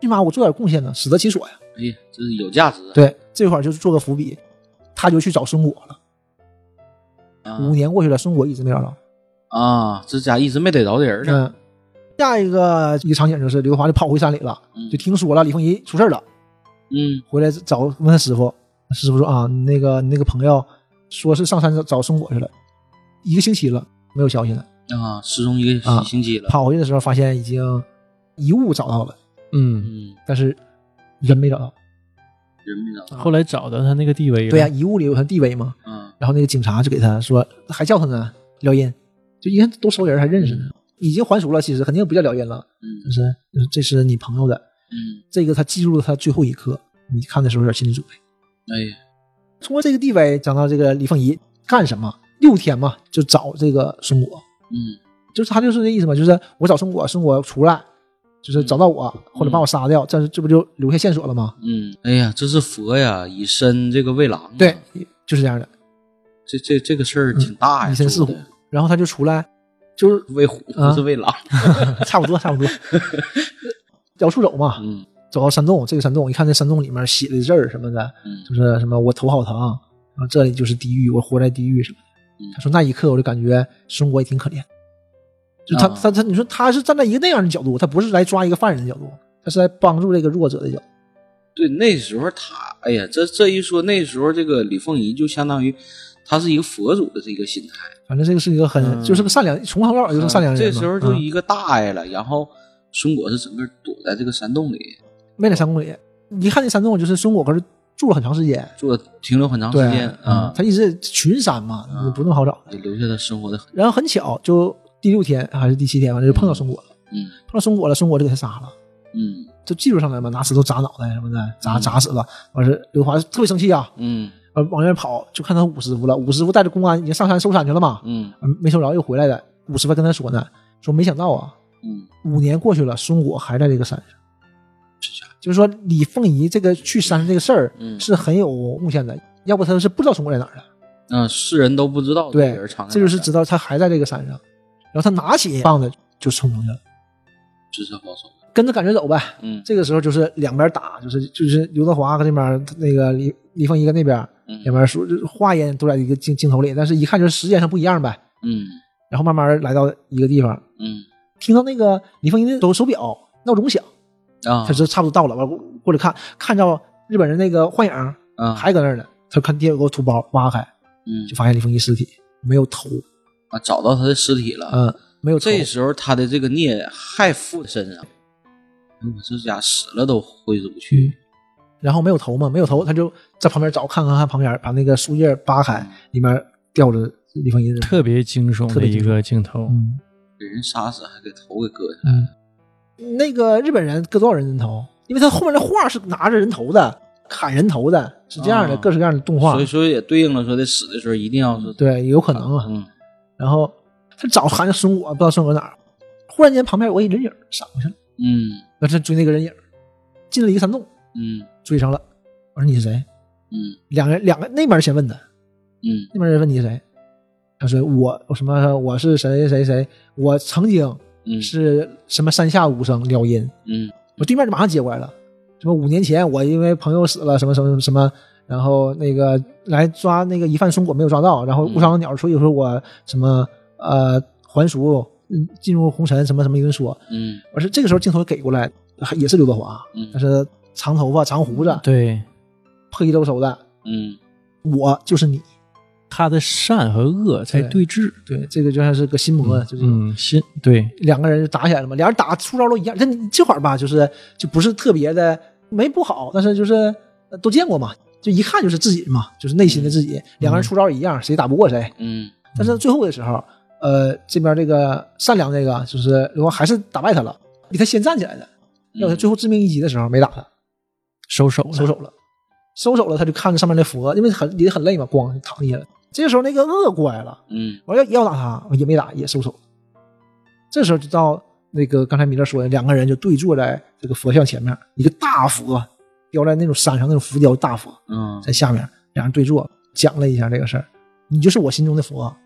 C: 最起码我做点贡献呢，死得其所呀。
D: 哎呀，这是有价值啊。
C: 对，这块儿就是做个伏笔，他就去找孙果了。
D: 啊
C: 五年过去了，孙果一直没找着。
D: 啊，这家一直没逮着这人呢。
C: 嗯，下一个一个场景就是刘德华就跑回山里了，
D: 嗯
C: 就听说了李凤仪出事儿了，
D: 嗯
C: 回来找问他师傅，师傅说啊，你那个你那个朋友说是上山找找松果去了，一个星期了没有消息了。
D: 啊，失踪一
C: 啊
D: 个星期了，
C: 跑回去的时候发现已经遗物找到了，
B: 嗯，
D: 嗯，
C: 但是人没找到。
D: 人没找到，
B: 后来找到他那个地位了，
C: 对呀、遗物里有他地位嘛。
D: 嗯
C: 然后那个警察就给他说，还叫他呢，廖印，就一看都熟人还认识呢，已经还俗了，其实肯定不叫廖印了，
D: 嗯
C: 就是这是你朋友的，
D: 嗯，
C: 这个他记住了他最后一刻，你看的时候有点心理准备。
D: 哎呀，
C: 通过这个地位讲到这个李凤仪干什么？六天嘛，就找这个松果，
D: 嗯
C: 就是他就是这意思嘛，就是我找松果，松果出来，就是找到我或者把我杀掉，这这不就留下线索了吗？
D: 嗯，哎呀，这是佛呀，以身这个为狼啊，
C: 对，就是这样的。
D: 这这这个事儿挺大呀，
C: 嗯以身
D: 做
C: 饲
D: 的
C: 虎，然后他就出来， 就是
D: 为虎
C: 啊
D: 不是为狼，
C: 差不多， 差不多。摇树走嘛，
D: 嗯
C: 走到山洞，这个山洞一看，这山洞里面写的字儿什么的，
D: 嗯
C: 就是什么我头好疼，啊，这里就是地狱，我活在地狱什么的
D: 嗯。
C: 他说那一刻我就感觉中国也挺可怜，就他、
D: 啊
C: 他他，你说他是站在一个那样的角度，他不是来抓一个犯人的角度，他是来帮助这个弱者的角度。
D: 对，那时候他，哎呀，这这一说，那时候这个李凤仪就相当于他是一个佛祖的这个心态，啊
C: 反正这个是一个很、
B: 嗯
C: 就是个善良，从小到大就是个善良人嘛、
D: 这时候就
C: 嗯
D: 一个大爷了，然后孙果是整个躲在这个山洞里，
C: 没在山洞里，一看这山洞就是中国，可是住了很长时间，
D: 坐停留很长时
C: 对嗯
D: 间啊，
C: 他一直群山嘛，
D: 嗯
C: 不那么好找。
D: 就留下他生活的痕，
C: 然后很巧，就第六天还是第七天，反正就碰到松果了，
D: 嗯
C: 碰到松果了，松果就给他杀了，
D: 嗯
C: 就记住上来嘛，拿石头砸脑袋什么的，砸砸死了。完事，刘华特别生气啊，
D: 嗯
C: 完往那边跑，就看到武师傅了，武师傅带着公安已经上山搜山去了嘛，
D: 嗯
C: 没搜着又回来了。武师傅还跟他说呢，说没想到啊，
D: 嗯，
C: 五年过去了，松果还在这个山上。就是说，李凤仪这个去山上这个事儿
D: 嗯
C: 是很有贡献的，要不他是不知道松果在哪儿的。
D: 那嗯世人都不知道这
C: 对
D: 人藏，在哪儿
C: 这就
D: 啊
C: 是
D: 的
C: 知道他还在这个山上。然后他拿起棒子就冲出去了，
D: 知识高手，
C: 跟着感觉走呗。
D: 嗯
C: 这个时候就是两边打，就是就是刘德华跟这边，那个李李凤仪跟那边，
D: 嗯
C: 两边说就是话音都在一个镜镜头里，但是一看就是时间上不一样呗。
D: 嗯
C: 然后慢慢来到一个地方，
D: 嗯
C: 听到那个李凤仪的手手表闹钟响，
D: 啊，
C: 他就差不多到了，完过过来看，看到日本人那个幻影
D: 啊
C: 还搁那儿呢。他看爹有个土包挖开，
D: 嗯
C: 就发现李凤仪尸体没有头，
D: 啊找到他的尸体了，
C: 嗯，没有头。
D: 这时候他的这个孽还附在身上，哎我这家死了都挥之不去。
C: 然后没有头嘛，没有头，他就在旁边找，看看看旁边，把那个树叶扒开
D: 嗯，
C: 里面吊着李凤英人。
B: 特别惊悚
C: 特
B: 的
C: 别
B: 一
C: 惊悚
B: 个镜头。
C: 嗯
D: 给人杀死，还给头给割下来。
C: 嗯，那个日本人割多少人人头？因为他后面的画是拿着人头的，砍人头的，是这样的，
D: 啊
C: 各式各样的动画
D: 所以。说也对应了说的死的时候一定要是，
C: 对，有可能啊。
D: 嗯
C: 然后他找含着松果，不知道松果哪儿。忽然间旁边有个人影闪过去了，
D: 嗯
C: 那他追那个人影，进了一个山洞，
D: 嗯
C: 追上了。我说你是谁？
D: 嗯
C: 两个人，两个那边先问的，
D: 嗯
C: 那边人问你是谁，他说我我什么我是谁谁谁，我曾经
D: 嗯
C: 是什么山下无声撩音，
D: 嗯
C: 我对面就马上接过来了，什么五年前我因为朋友死了什么什么什么，然后那个来抓那个疑犯松果没有抓到，然后误伤了鸟，所以说我什么呃还俗，嗯进入红尘什么什么一顿说，
D: 嗯
C: 我说这个时候镜头给过来也是刘德华，
D: 嗯
C: 但是长头发长胡子，
B: 对，
C: 破衣兜手的，
D: 嗯
C: 我就是你，
B: 他的善和恶在对峙。
C: 对，这个就像是个心魔，就这种。
B: 嗯，心对，
C: 两个人就打起来了嘛，俩人打出招都一样。但你这会儿吧，就是就不是特别的没不好，但是就是呃都见过嘛，就一看就是自己嘛，就是内心的自己。两个人出招一样，谁打不过谁。
D: 嗯
C: 但是最后的时候，呃，这边这个善良这个就是刘华还是打败他了，比他先站起来的。要他最后致命一击的时候没打他，
B: 收手了
C: 收手了，收手了，他就看着上面的佛，因为很也很累嘛，咣就躺下了。这时候那个恶过来了。
D: 嗯
C: 我要也要打他，也没打，也收手。这时候就到那个刚才米勒说的，两个人就对坐在这个佛像前面，一个大佛雕在那种山上那种浮雕大佛
D: 嗯
C: 在下面，两人对坐讲了一下这个事儿。你就是我心中的佛，啊，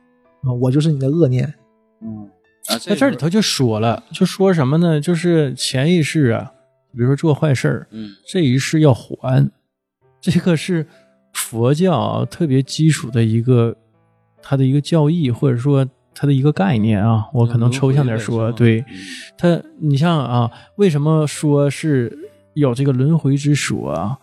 C: 我就是你的恶念。
D: 嗯啊，
B: 在这里头就说了，就说什么呢？就是前一世啊，比如说做坏事儿，
D: 嗯
B: 这一世要还， 这个是佛教啊特别基础的一个它的一个教义，或者说它的一个概念啊。我可能抽象点说，对它，你像啊，为什么说是有这个轮回之说啊？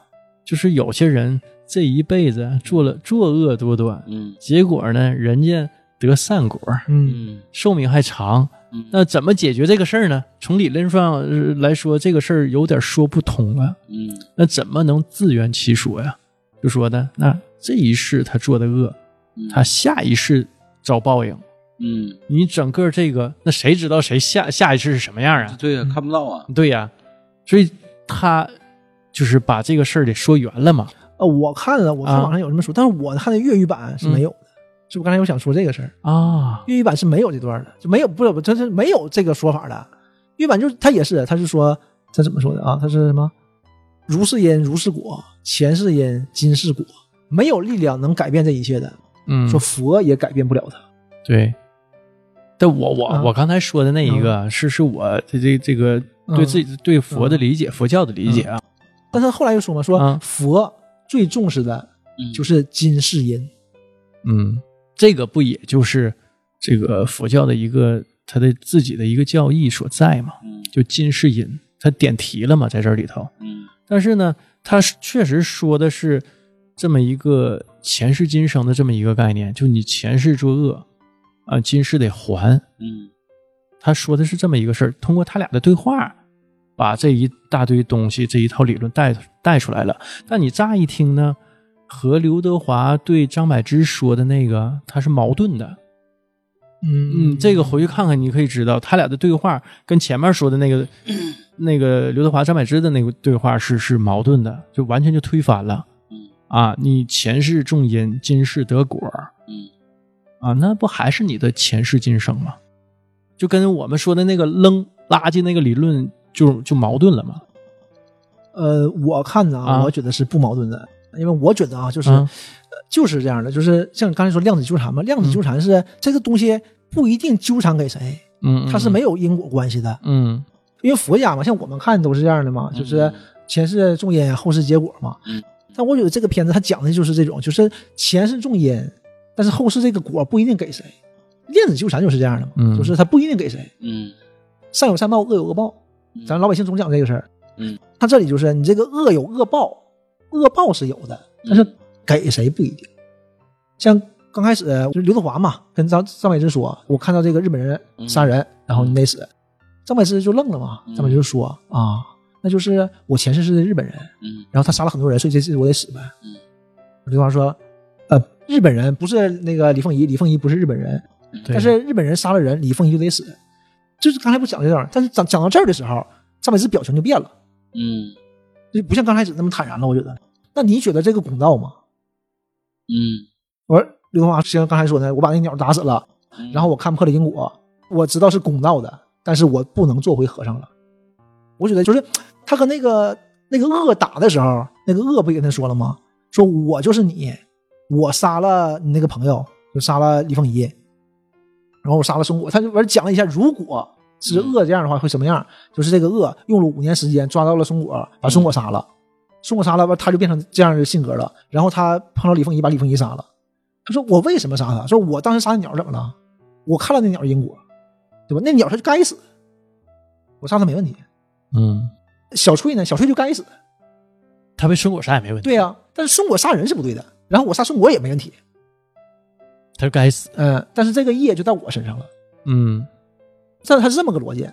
B: 就是有些人这一辈子做了作恶多端，
D: 嗯
B: 结果呢，人家得善果，
C: 嗯
D: 嗯
B: 寿命还长。
D: 嗯，
B: 那怎么解决这个事儿呢？从理论上呃来说，这个事儿有点说不通啊了。
D: 嗯
B: 那怎么能自圆其说呀？就说呢，那这一世他做的恶，
D: 嗯
B: 他下一世遭报应。
D: 嗯
B: 你整个这个，那谁知道谁下下一世是什么样啊？
D: 对呀，看不到啊，
B: 对呀、所以他就是把这个事儿给说圆了嘛。
C: 呃，我看了，我看网上有这么说，但是我看的粤语版是没有的。是我刚才有想说这个事儿，
B: 啊，
C: 粤语版是没有这段的，就没有不是不，这是没有这个说法的。粤语版就是他也是，他是说他怎么说的啊？他是什么？如是因，如是果，前世因，今世果，没有力量能改变这一切的。
B: 嗯，
C: 说佛也改变不了他。
B: 对。但我我、
C: 啊
B: 我刚才说的那一个、是是我这这这个对自己、对佛的理解、佛教的理解啊，
C: 但他后来又说嘛，
B: 啊
C: 说佛最重视的
D: 嗯
C: 就是今世因。
B: 嗯，这个不也就是这个佛教的一个他的自己的一个教义所在嘛？
D: 嗯
B: 就金世隐，他点题了嘛，在这里头。
D: 嗯
B: 但是呢，他是确实说的是这么一个前世今生的这么一个概念，就你前世作恶啊，今世得还。
D: 嗯
B: 他说的是这么一个事儿，通过他俩的对话，把这一大堆东西这一套理论带带出来了。但你乍一听呢，和刘德华对张柏芝说的那个，他是矛盾的。
C: 嗯
B: 嗯，这个回去看看，你可以知道他俩的对话跟前面说的那个那个刘德华张柏芝的那个对话是是矛盾的，就完全就推翻了。
D: 嗯
B: 啊，你前世种因，今世得果
D: 嗯
B: 啊，那不还是你的前世今生吗？就跟我们说的那个扔垃圾那个理论就就矛盾了嘛。
C: 呃，我看着啊，
B: 啊
C: 我觉得是不矛盾的，因为我觉得啊，就是、
B: 啊
C: 呃就是这样的，就是像你刚才说量子纠缠嘛，量子纠缠是、这个东西不一定纠缠给谁，
B: 嗯，
C: 它是没有因果关系的，
B: 嗯
C: 因为佛家嘛，像我们看都是这样的嘛，
B: 啊
C: 就是前世种因，后世结果嘛。
D: 嗯
C: 但我觉得这个片子它讲的就是这种，就是前世种因，但是后世这个果不一定给谁。量子纠缠就是这样的嘛，
B: 嗯
C: 就是它不一定给谁，
D: 嗯
C: 善有善报，恶有恶报。
D: 嗯
C: 咱老百姓总讲这个事儿。
D: 嗯，
C: 他这里就是你这个恶有恶报，恶报是有的，但
D: 嗯
C: 是给谁不一定。像刚开始就是刘德华嘛，跟张张柏芝说：“我看到这个日本人杀人，然后你得死。”张柏芝就愣了嘛，
D: 嗯
C: 张柏芝就说：“啊，那就是我前世是日本人，
D: 嗯
C: 然后他杀了很多人，所以这次我得死呗。”
D: 嗯，
C: 刘德华说：“呃，日本人不是那个李凤仪，李凤仪不是日本人，
D: 嗯
B: 对
C: 但是日本人杀了人，李凤仪就得死。就是刚才不讲这段儿，但是讲讲到这儿的时候，张柏芝表情就变了，
D: 嗯
C: 就不像刚开始那么坦然了。我觉得，那你觉得这个公道吗？
D: 嗯，
C: 我说刘德华像刚才说的，我把那鸟打死了，
D: 嗯
C: 然后我看破了因果，我知道是公道的，但是我不能做回和尚了。我觉得就是他和那个那个恶打的时候，那个恶不也跟他说了吗？说我就是你，我杀了你那个朋友，就杀了李凤仪，然后我杀了松果，他就完讲了一下，如果是恶这样的话会什么样？就是这个恶用了五年时间抓到了松果，把松果杀了，松果杀了，完他就变成这样的性格了。然后他碰到李凤仪，把李凤仪杀了。他说我为什么杀他？说我当时杀那鸟怎么了？我看了那鸟因果，对吧？那鸟它就该死，我杀它没问题。
B: 嗯，
C: 小翠呢？小翠就该死，
B: 他被孙果杀也没问题，
C: 对呀、啊但是松果杀人是不对的，然后我杀松果也没问题，
B: 他就该死。
C: 嗯，但是这个业就在我身上了。
B: 嗯
C: 这他是这么个逻辑。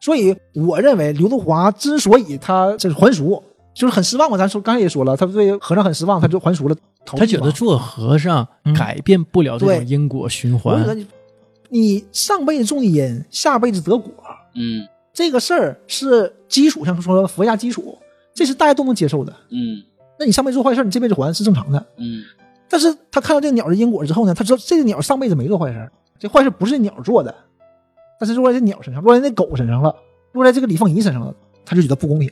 C: 所以我认为刘德华之所以他这是还俗，就是很失望嘛。咱说刚才也说了，他对和尚很失望，他就还俗了。投
B: 他
C: 地
B: 觉
C: 嘛
B: 得做和尚
C: 嗯
B: 改变不了这
C: 对
B: 种因果循
C: 我觉得
B: 环。
C: 你你上辈子种的因，下辈子得果，
D: 嗯
C: 这个事儿是基础，像说佛家基础，这是大家都能接受的。
D: 嗯
C: 那你上辈子做坏事，你这辈子还是正常的。
D: 嗯
C: 但是他看到这个鸟的因果之后呢，他知道这个鸟上辈子没做坏事，这坏事不是鸟做的，但是落在这鸟身上，落在那狗身上了，落在这个李凤仪身上了，他就觉得不公平。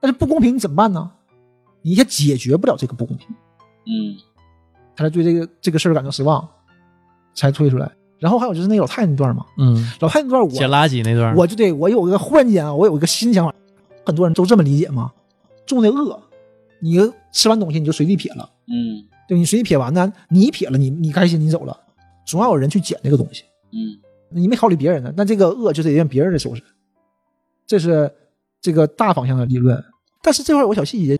C: 但是不公平你怎么办呢？你也解决不了这个不公平，
D: 嗯
C: 他才对这个这个事儿感到失望，才退出来。然后还有就是那老太太那段嘛，
B: 嗯，
C: 老太太那段
B: 捡
C: 我
B: 垃圾那段儿，
C: 我就对我有一个忽然间啊，我有一个新想法，很多人都这么理解嘛，种的恶，你吃完东西你就随地撇了。
D: 嗯
C: 对你随意撇完呢，你撇了，你你开心，你走了，总要有人去捡这个东西。
D: 嗯
C: 你没考虑别人的，那这个恶就得让别人来收拾。这是这个大方向的理论。但是这块有个小细节，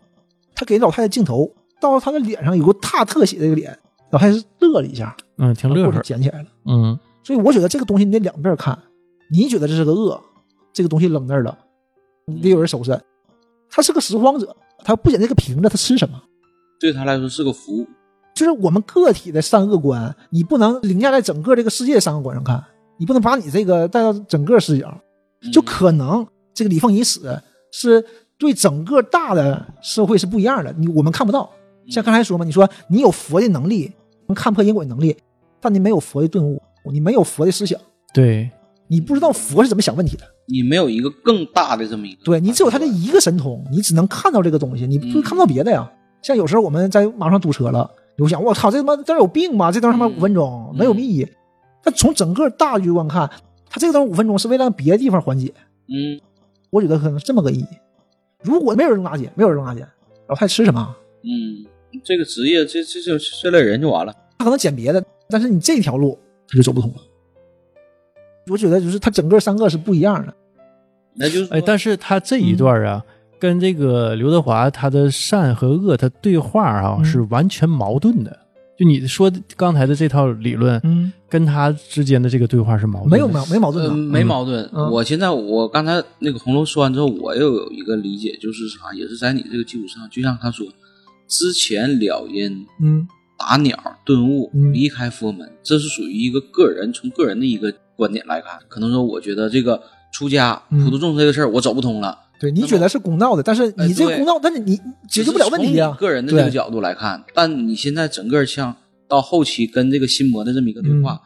C: 他给老太太镜头，到她的脸上有个大特写的一个脸，老太太是乐了一下，
B: 嗯，挺乐
C: 或
B: 呵
C: 者，捡起来了。
B: 嗯
C: 所以我觉得这个东西你得两面看，你觉得这是个恶，这个东西扔那儿了，你得有人收拾。他是个拾荒者，他不捡这个瓶子，他吃什么？
D: 对他来说是个服务。
C: 就是我们个体的善恶观，你不能凌驾在整个这个世界的善恶观上看，你不能把你这个带到整个视角，
D: 嗯
C: 就可能这个李凤仪死是对整个大的社会是不一样的，你我们看不到。像刚才说嘛，你说你有佛的能力，能看破因果的能力，但你没有佛的顿悟，你没有佛的思想，
B: 对，
C: 你不知道佛是怎么想问题的。
D: 你没有一个更大的这么一个，
C: 对你只有他这一个神通，你只能看到这个东西，你不
D: 嗯
C: 看不到别的呀。像有时候我们在马路上堵车了，有想我操，这他妈这有病吧？这东西他妈
D: 嗯
C: 五分钟
D: 嗯
C: 没有意义。但从整个大局观看，他这个东西五分钟是为了让别的地方缓解，
D: 嗯
C: 我觉得可能是这么个意义。如果没有人扔垃圾，没有人扔垃圾，老太太吃什么？
D: 嗯，这个职业这这这这类人就完了。
C: 他可能捡别的，但是你这条路他就走不通了。我觉得就是他整个三个是不一样的，
D: 那就是说
B: 哎，但是他这一段啊，跟这个刘德华他的善和恶，他对话啊、
C: 嗯
B: 是完全矛盾的。就你说刚才的这套理论，
C: 嗯，
B: 跟他之间的这个对话是矛盾的，
C: 没有矛没矛盾
D: 呃
C: 的，
D: 没矛盾。
C: 嗯
D: 我现在我刚才那个红楼说完之后，我又有一个理解，就是啥，也是在你这个基础上，就像他说，之前了因
C: 嗯
D: 打鸟顿悟
C: 嗯，
D: 离开佛门，这是属于一个个人，从个人的一个观点来看，可能说我觉得这个出家
C: 嗯
D: 普度众生这个事儿我走不通了，
C: 对，你
D: 那
C: 觉
D: 么
C: 得是公道的，但是
D: 哎
C: 你这个
D: 对
C: 公道，但是你解决不了问题
D: 只是从
C: 啊
D: 你。个人的这个
C: 对
D: 角度来看，但你现在整个像到后期跟这个心魔的这么一个
C: 嗯
D: 对话，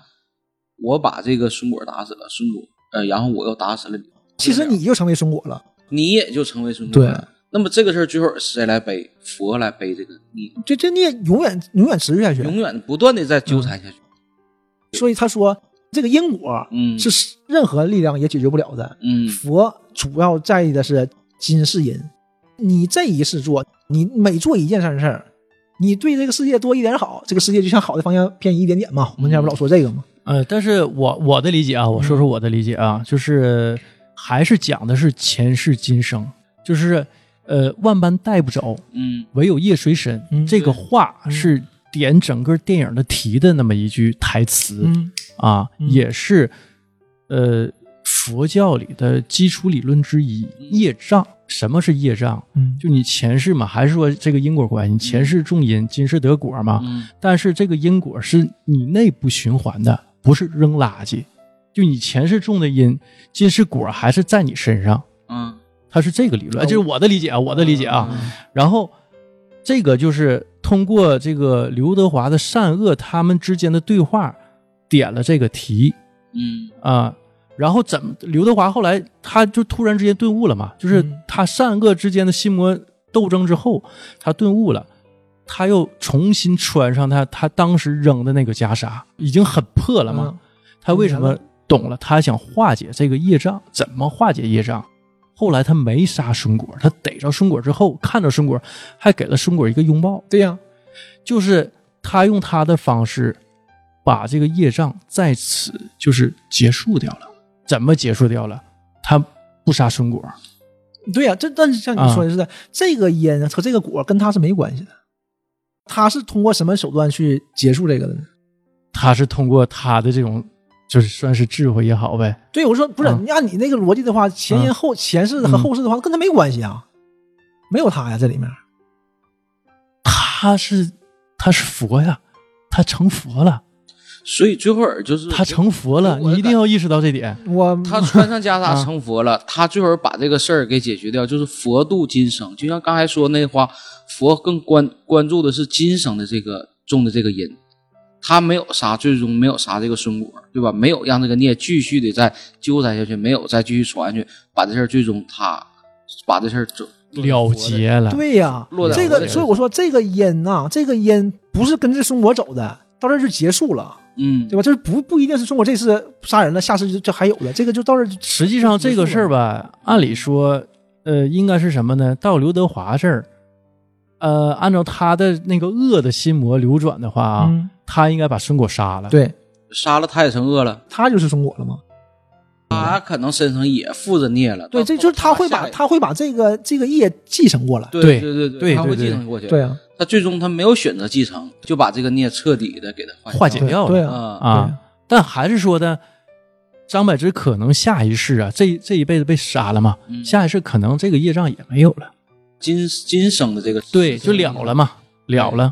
D: 我把这个孙果打死了，孙果，呃，然后我又打死了你，
C: 其实你就成为松果了，
D: 你也就成为孙果
C: 对
D: 了。那么这个事儿最后谁来背？佛来背这个，你
C: 这这你也永远永远持续下去。
D: 永远不断的在
C: 嗯
D: 纠缠下去。
C: 所以他说这个因果
D: 嗯，
C: 是任何力量也解决不了的。
D: 嗯
C: 佛主要在意的是今世因，你这一世做，你每做一件善事儿，你对这个世界多一点好，这个世界就向好的方向偏移一点点嘛。我们前面不老说这个嘛，
B: 呃，但是我我的理解啊，我说说我的理解啊，就是还是讲的是前世今生，就是呃，万般带不走，
D: 嗯
B: 唯有业随身。
C: 嗯
B: 这个话是点整个电影的题的那么一句台词、
C: 嗯
B: 啊，
C: 嗯
B: 也是呃佛教里的基础理论之一，业障。什么是业障？
C: 嗯
B: 就你前世嘛，还是说这个因果关系？你前世种因，今世得果嘛。
D: 嗯
B: 但是这个因果是你内部循环的，不是扔垃圾。就你前世种的因，今世果还是在你身上，
D: 嗯
B: 它是这个理论，这是我的理解啊，我的理解啊。然后这个就是通过这个刘德华的善恶他们之间的对话，点了这个题
D: 嗯
B: 啊。然后怎么？刘德华后来他就突然之间顿悟了嘛，就是
C: 嗯
B: 他善恶之间的心魔斗争之后，他顿悟了，他又重新穿上他他当时扔的那个袈裟，已经很破了嘛。
C: 嗯
B: 他为什么懂了？他想化解这个业障，怎么化解业障？后来他没杀孙果，他逮着孙果之后，看着孙果，还给了孙果一个拥抱，
C: 对呀、
B: 就是他用他的方式把这个业障在此就是结束掉了。怎么结束掉了？他不杀孙果，
C: 对呀、这但是像
D: 啊
C: 你说的似的，这个因和这个果跟他是没关系的，他是通过什么手段去结束这个的呢？
B: 他是通过他的这种就是算是智慧也好呗，
C: 对，我说不是，
D: 啊
B: 嗯
C: 你按你那个逻辑的话，前因后、前世
D: 嗯
C: 和后世的话，跟他没关系啊，没有他呀，这里面
B: 他是他是佛呀，他成佛了。
D: 所以最后儿就是
B: 他成佛了，
D: 我
B: 你一定要意啊识到这点。
C: 我
D: 他穿 上袈裟成佛了，他最后把这个事儿给解决掉，就是佛度今生。就像刚才说那话，佛更关关注的是今生的这个种的这个因，他没有杀，最终没有杀这个孙果，对吧？没有让这个孽继续的再纠缠下去，没有再继续传下去，把这事儿最终他把这事儿走
B: 了。结了，
C: 对呀、
D: 落在
C: 这
D: 我
C: 个，
D: 的
C: 所以我说这个因呐、这个因不是跟着松果走的，到这儿就结束了，
D: 嗯
C: 对，吧？这不不一定是松果这次杀人了，下次就就还有了，这个就到这儿就
B: 实际上这个事儿吧，按理说，呃，应该是什么呢？到刘德华这儿，呃，按照他的那个恶的心魔流转的话啊，
C: 嗯
B: 他应该把孙果杀了。，
C: 对，
D: 杀了他也成恶了，啊
C: 他就是松果了嘛，
B: 嗯
D: 他可能身上也附着孽了。
C: 对，
D: 到
C: 这就是他会
D: 哦下
C: 把
D: 一
C: 他会把这个这个业继承过来。
D: 对
B: 对
D: 对
B: 对
D: 他
B: 对
D: 会
B: 对
D: 继承过去。
C: 对啊，
D: 他最终他没有选择继承，就把这个孽彻底的给他
B: 化解
C: 对
B: 掉了
C: 对啊，
D: 啊
B: 啊。但还是说呢，张柏芝可能下一世啊，这这一辈子被杀了嘛，
D: 嗯
B: 下一世可能这个业障也没有了，
D: 今今生的这个
B: 对，就了了嘛，了了。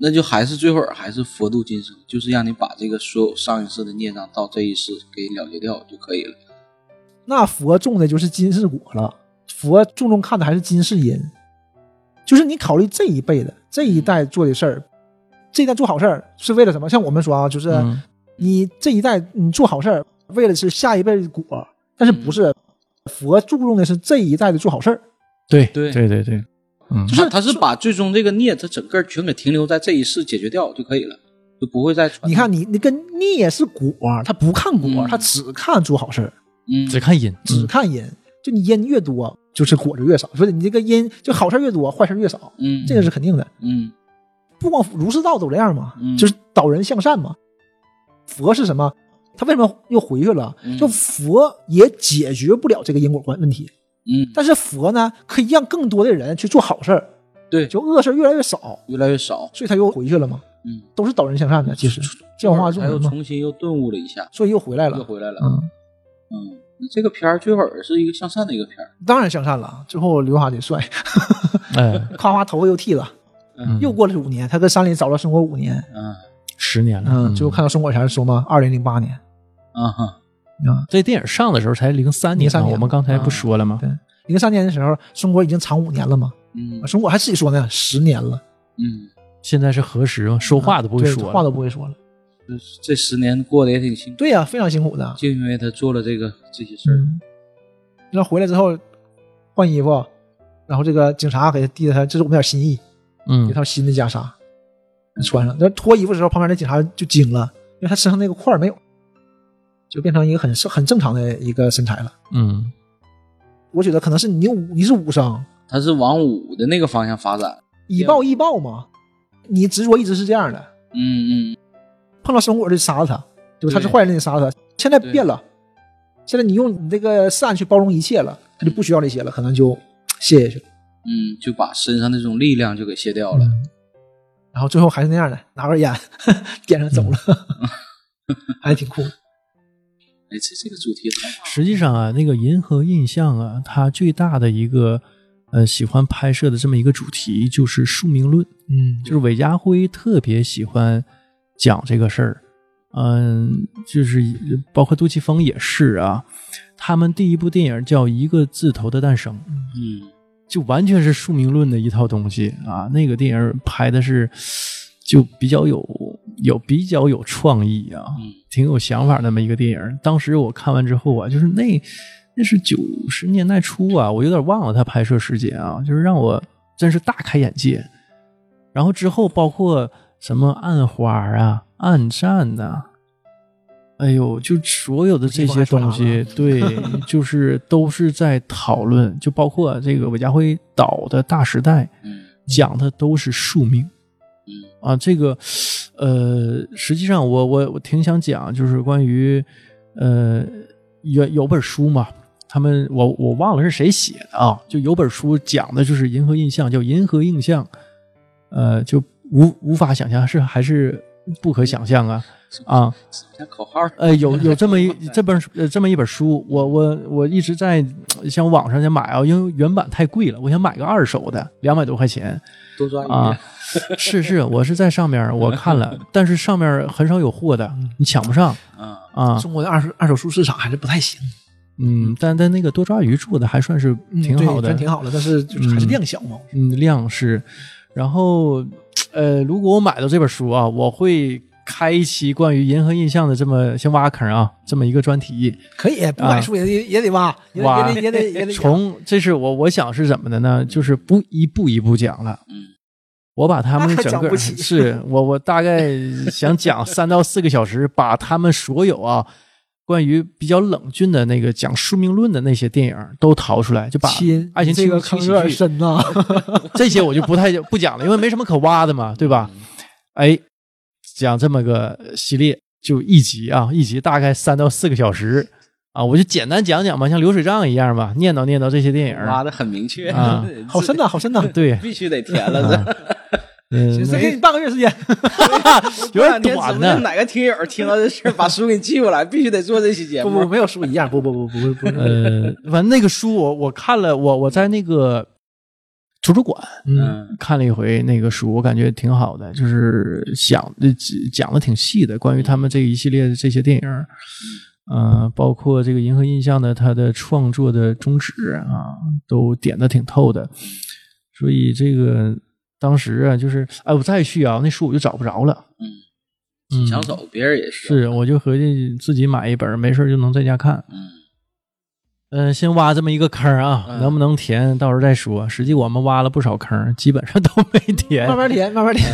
D: 那就还是最后还是佛度今生，就是让你把这个所有上一世的孽障到这一世给了结掉就可以了。
C: 那佛种的就是今世果了，佛注重看的还是今世因，就是你考虑这一辈子、这一代做的事儿，这一代做好事儿是为了什么？像我们说啊，就是
B: 嗯，
C: 你这一代你做好事儿，为了是下一辈子果，但是不是佛注重的是这一代的做好事儿，
B: 对
D: 对
B: 对对对，嗯，
D: 他他是把最终这个孽，他整个全给停留在这一世解决掉就可以了，就不会再传
C: 你看你你跟孽是果，他不看果，
D: 嗯
C: 他只看做好事儿，
D: 嗯
B: 只看音，
C: 只看因。就你因越多，就是果就越少。所以你这个因就好事儿越多，坏事儿越少，
D: 嗯
C: 这个是肯定的。
D: 嗯
C: 不光儒释道都这样嘛，
D: 嗯
C: 就是导人向善嘛。佛是什么？他为什么又回去了？
D: 嗯
C: 就佛也解决不了这个因果关问题，
D: 嗯，
C: 但是佛呢，可以让更多的人去做好事儿，
D: 对
C: 就恶事儿越来越少，
D: 越来越少，
C: 所以他又回去了嘛。
D: 嗯，
C: 都是导人向善的，其实教化众
D: 还又
C: 人嘛，
D: 重新又顿悟了一下，
C: 所以又回来
D: 又
C: 了。
D: 回来了。
C: 嗯，
D: 嗯，那这个片儿最后也是一个向善的一个片儿，
C: 当然向善了。最后刘海 得帅，
B: 哎，
C: 夸夸头发又剃了。
B: 嗯
C: 又过了五年，他跟山里找了生活五年。
D: 嗯
B: 十年了，
C: 嗯，最后看到松果前说嘛，二零零八年
D: 啊哈，
C: 啊，
B: 这电影上的时候才零三年嗯
C: 03
B: 嘛，
C: 年
B: 我们刚才不说了吗？
C: 对，零三年的时候，中国已经长五年了嘛，
D: 嗯
C: 中国还自己说呢，十年了，
D: 嗯，
B: 现在是何时吗？说话都不会
C: 对
B: 说了，
C: 话都不会说了。
D: 这这十年过得也挺辛苦，
C: 对呀、非常辛苦的。
D: 就因为他做了这个这些事儿，
C: 嗯，然后回来之后换衣服，然后这个警察给他递了他，这是我们点心意，一
B: 嗯，
C: 套新的袈裟穿上。那脱衣服的时候，旁边的警察就惊了，因为他身上那个块儿没有，就变成一个很很正常的一个身材了。
B: 嗯，
C: 我觉得可能是你武你是武生，
D: 他是往武的那个方向发展，
C: 以暴易暴嘛，你执着一直是这样的，
D: 嗯嗯
C: 碰到生活就杀了他，对吧？他是
D: 对
C: 坏人就杀了他。现在变了，现在你用你这个善去包容一切了，他就不需要这些了，可能就卸下去了。
D: 嗯，就把身上那种力量就给卸掉了，
C: 然后最后还是那样的，拿根烟 点上走了，
B: 嗯
C: 还挺酷。
D: 哎，这这个主题太好了，
B: 实际上啊，那个银河印象啊，它最大的一个呃喜欢拍摄的这么一个主题就是宿命论，
C: 嗯
B: 就是韦家辉特别喜欢讲这个事儿。嗯，就是包括杜琪峰也是啊，他们第一部电影叫《一个字头的诞生》，
D: 嗯
B: 就完全是宿命论的一套东西啊。那个电影拍的是就比较有有比较有创意啊，
D: 嗯
B: 挺有想法那么一个电影。当时我看完之后啊，就是那那是九十年代初啊，我有点忘了它拍摄时间啊，就是让我真是大开眼界。然后之后包括什么暗花啊、暗战呐、哎呦，就所有的这些东西，对， 就是都是在讨论，就包括这个韦家辉导的《大时代》，
D: 嗯
B: 讲的都是宿命。
D: 嗯
B: 啊，这个，呃，实际上我我我挺想讲，就是关于，呃，有有本书嘛，他们我我忘了是谁写的啊，就有本书讲的就是银河印象，叫《银河印象》，呃，就无无法想象，是还是不可想象啊啊，
D: 像口号儿，
B: 呃，有有这么一这本呃这么一本书，我我我一直在呃想网上去买啊，因为原版太贵了，我想买个二手的，两百多块钱，
D: 多抓一遍
B: 啊，是是，我是在上面儿我看 了，但是上面儿很少有货的，你抢不上
D: 啊，
B: 啊。
C: 中国的二手二手书市场还是不太行，
B: 嗯，但但那个多抓鱼做的还算是
C: 嗯
B: 挺
C: 对
B: 好的
C: 真，挺好的，但是就是还是
B: 嗯
C: 量小嘛。
B: 嗯，量是。然后，呃，如果我买到这本书啊，我会开一期关于银河印象的这么先挖坑啊，这么一个专题。
C: 可以不买书也得也得挖，也
B: 挖
C: 得也得 也得也得嗯
B: 从这是我我想是怎么的呢？就是不一步一步讲了。
D: 嗯，
B: 我把他们
C: 那可
B: 整
C: 讲
B: 个
C: 不起
B: 是我我大概想讲三到四个小时，把他们所有啊关于比较冷峻的那个讲宿命论的那些电影都掏出来，就把
C: 亲，
B: 爱情
C: 这个
B: 情
C: 坑
B: 情
C: 有点
B: 喜剧
C: 深啊呐。
B: 这些我就不太不讲了，因为没什么可挖的
D: 嗯
B: 嘛，对吧？哎， 讲这么个系列就一集啊，一集大概三到四个小时，啊，我就简单讲讲吧，像流水账一样吧，念叨念叨这些电影儿
D: 挖的很明确
B: 啊，
C: 好深呐，好深呐！
B: 对，
D: 必须得填了这。
B: 嗯，
C: 只给你半个月时间，
B: 有
D: 过两
B: 点
D: 天指
B: 短
D: 不定
B: 呢。
D: 哪个听友听到这事儿，把书给你寄过来，必须得做这期
B: 嗯
D: 节
C: 不不，
D: 目。
C: 没有书一样，不不不不不不，
B: 呃，反正那个书我我看了，我我在那个图书馆
C: 嗯，
D: 嗯
B: 看了一回那个书，我感觉挺好的，就是想呃讲的挺细的，关于他们这一系列的这些电影儿，呃，包括这个银河印象的它的创作的宗旨啊，都点的挺透的，所以这个当时啊，就是哎，我再去啊，那书我就找不着了，嗯，
D: 抢手，别人也是。
B: 是，我就合计自己买一本，没事儿就能在家看。
D: 嗯，
B: 嗯，先挖这么一个坑儿啊，
D: 嗯
B: 能不能填到时候再说。实际我们挖了不少坑儿，基本上都没填
C: 慢。慢填，慢慢填。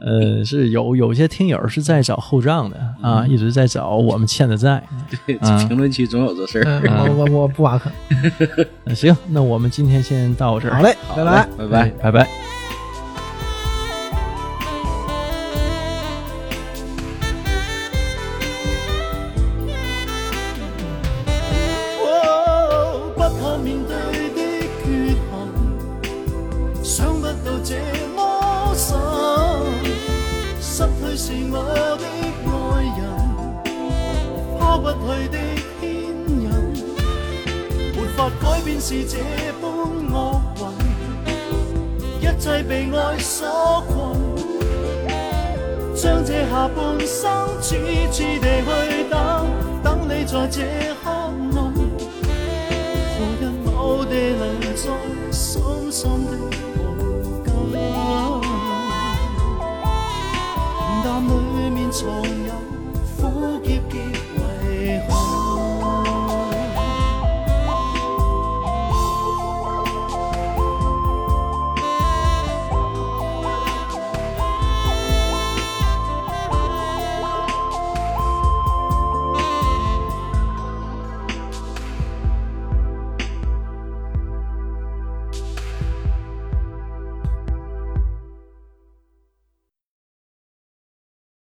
B: 呃，是有有些听友是在找后账的啊，一直在找我们欠的债。
D: 对，
B: 啊
D: 评论区总有这事儿。
C: 嗯，我我我不挖坑。
B: 那呃行，那我们今天先到这儿。
C: 好，嘞，拜拜。
D: 拜拜
B: 拜。拜拜。
A: 哦不怕面對的缺陷，想不到這麼深，失去是我的愛人，拋不去的牽引，沒法改變是這般惡運，一切被愛所困。将这下半生痴痴地去等，等你在这刻吻。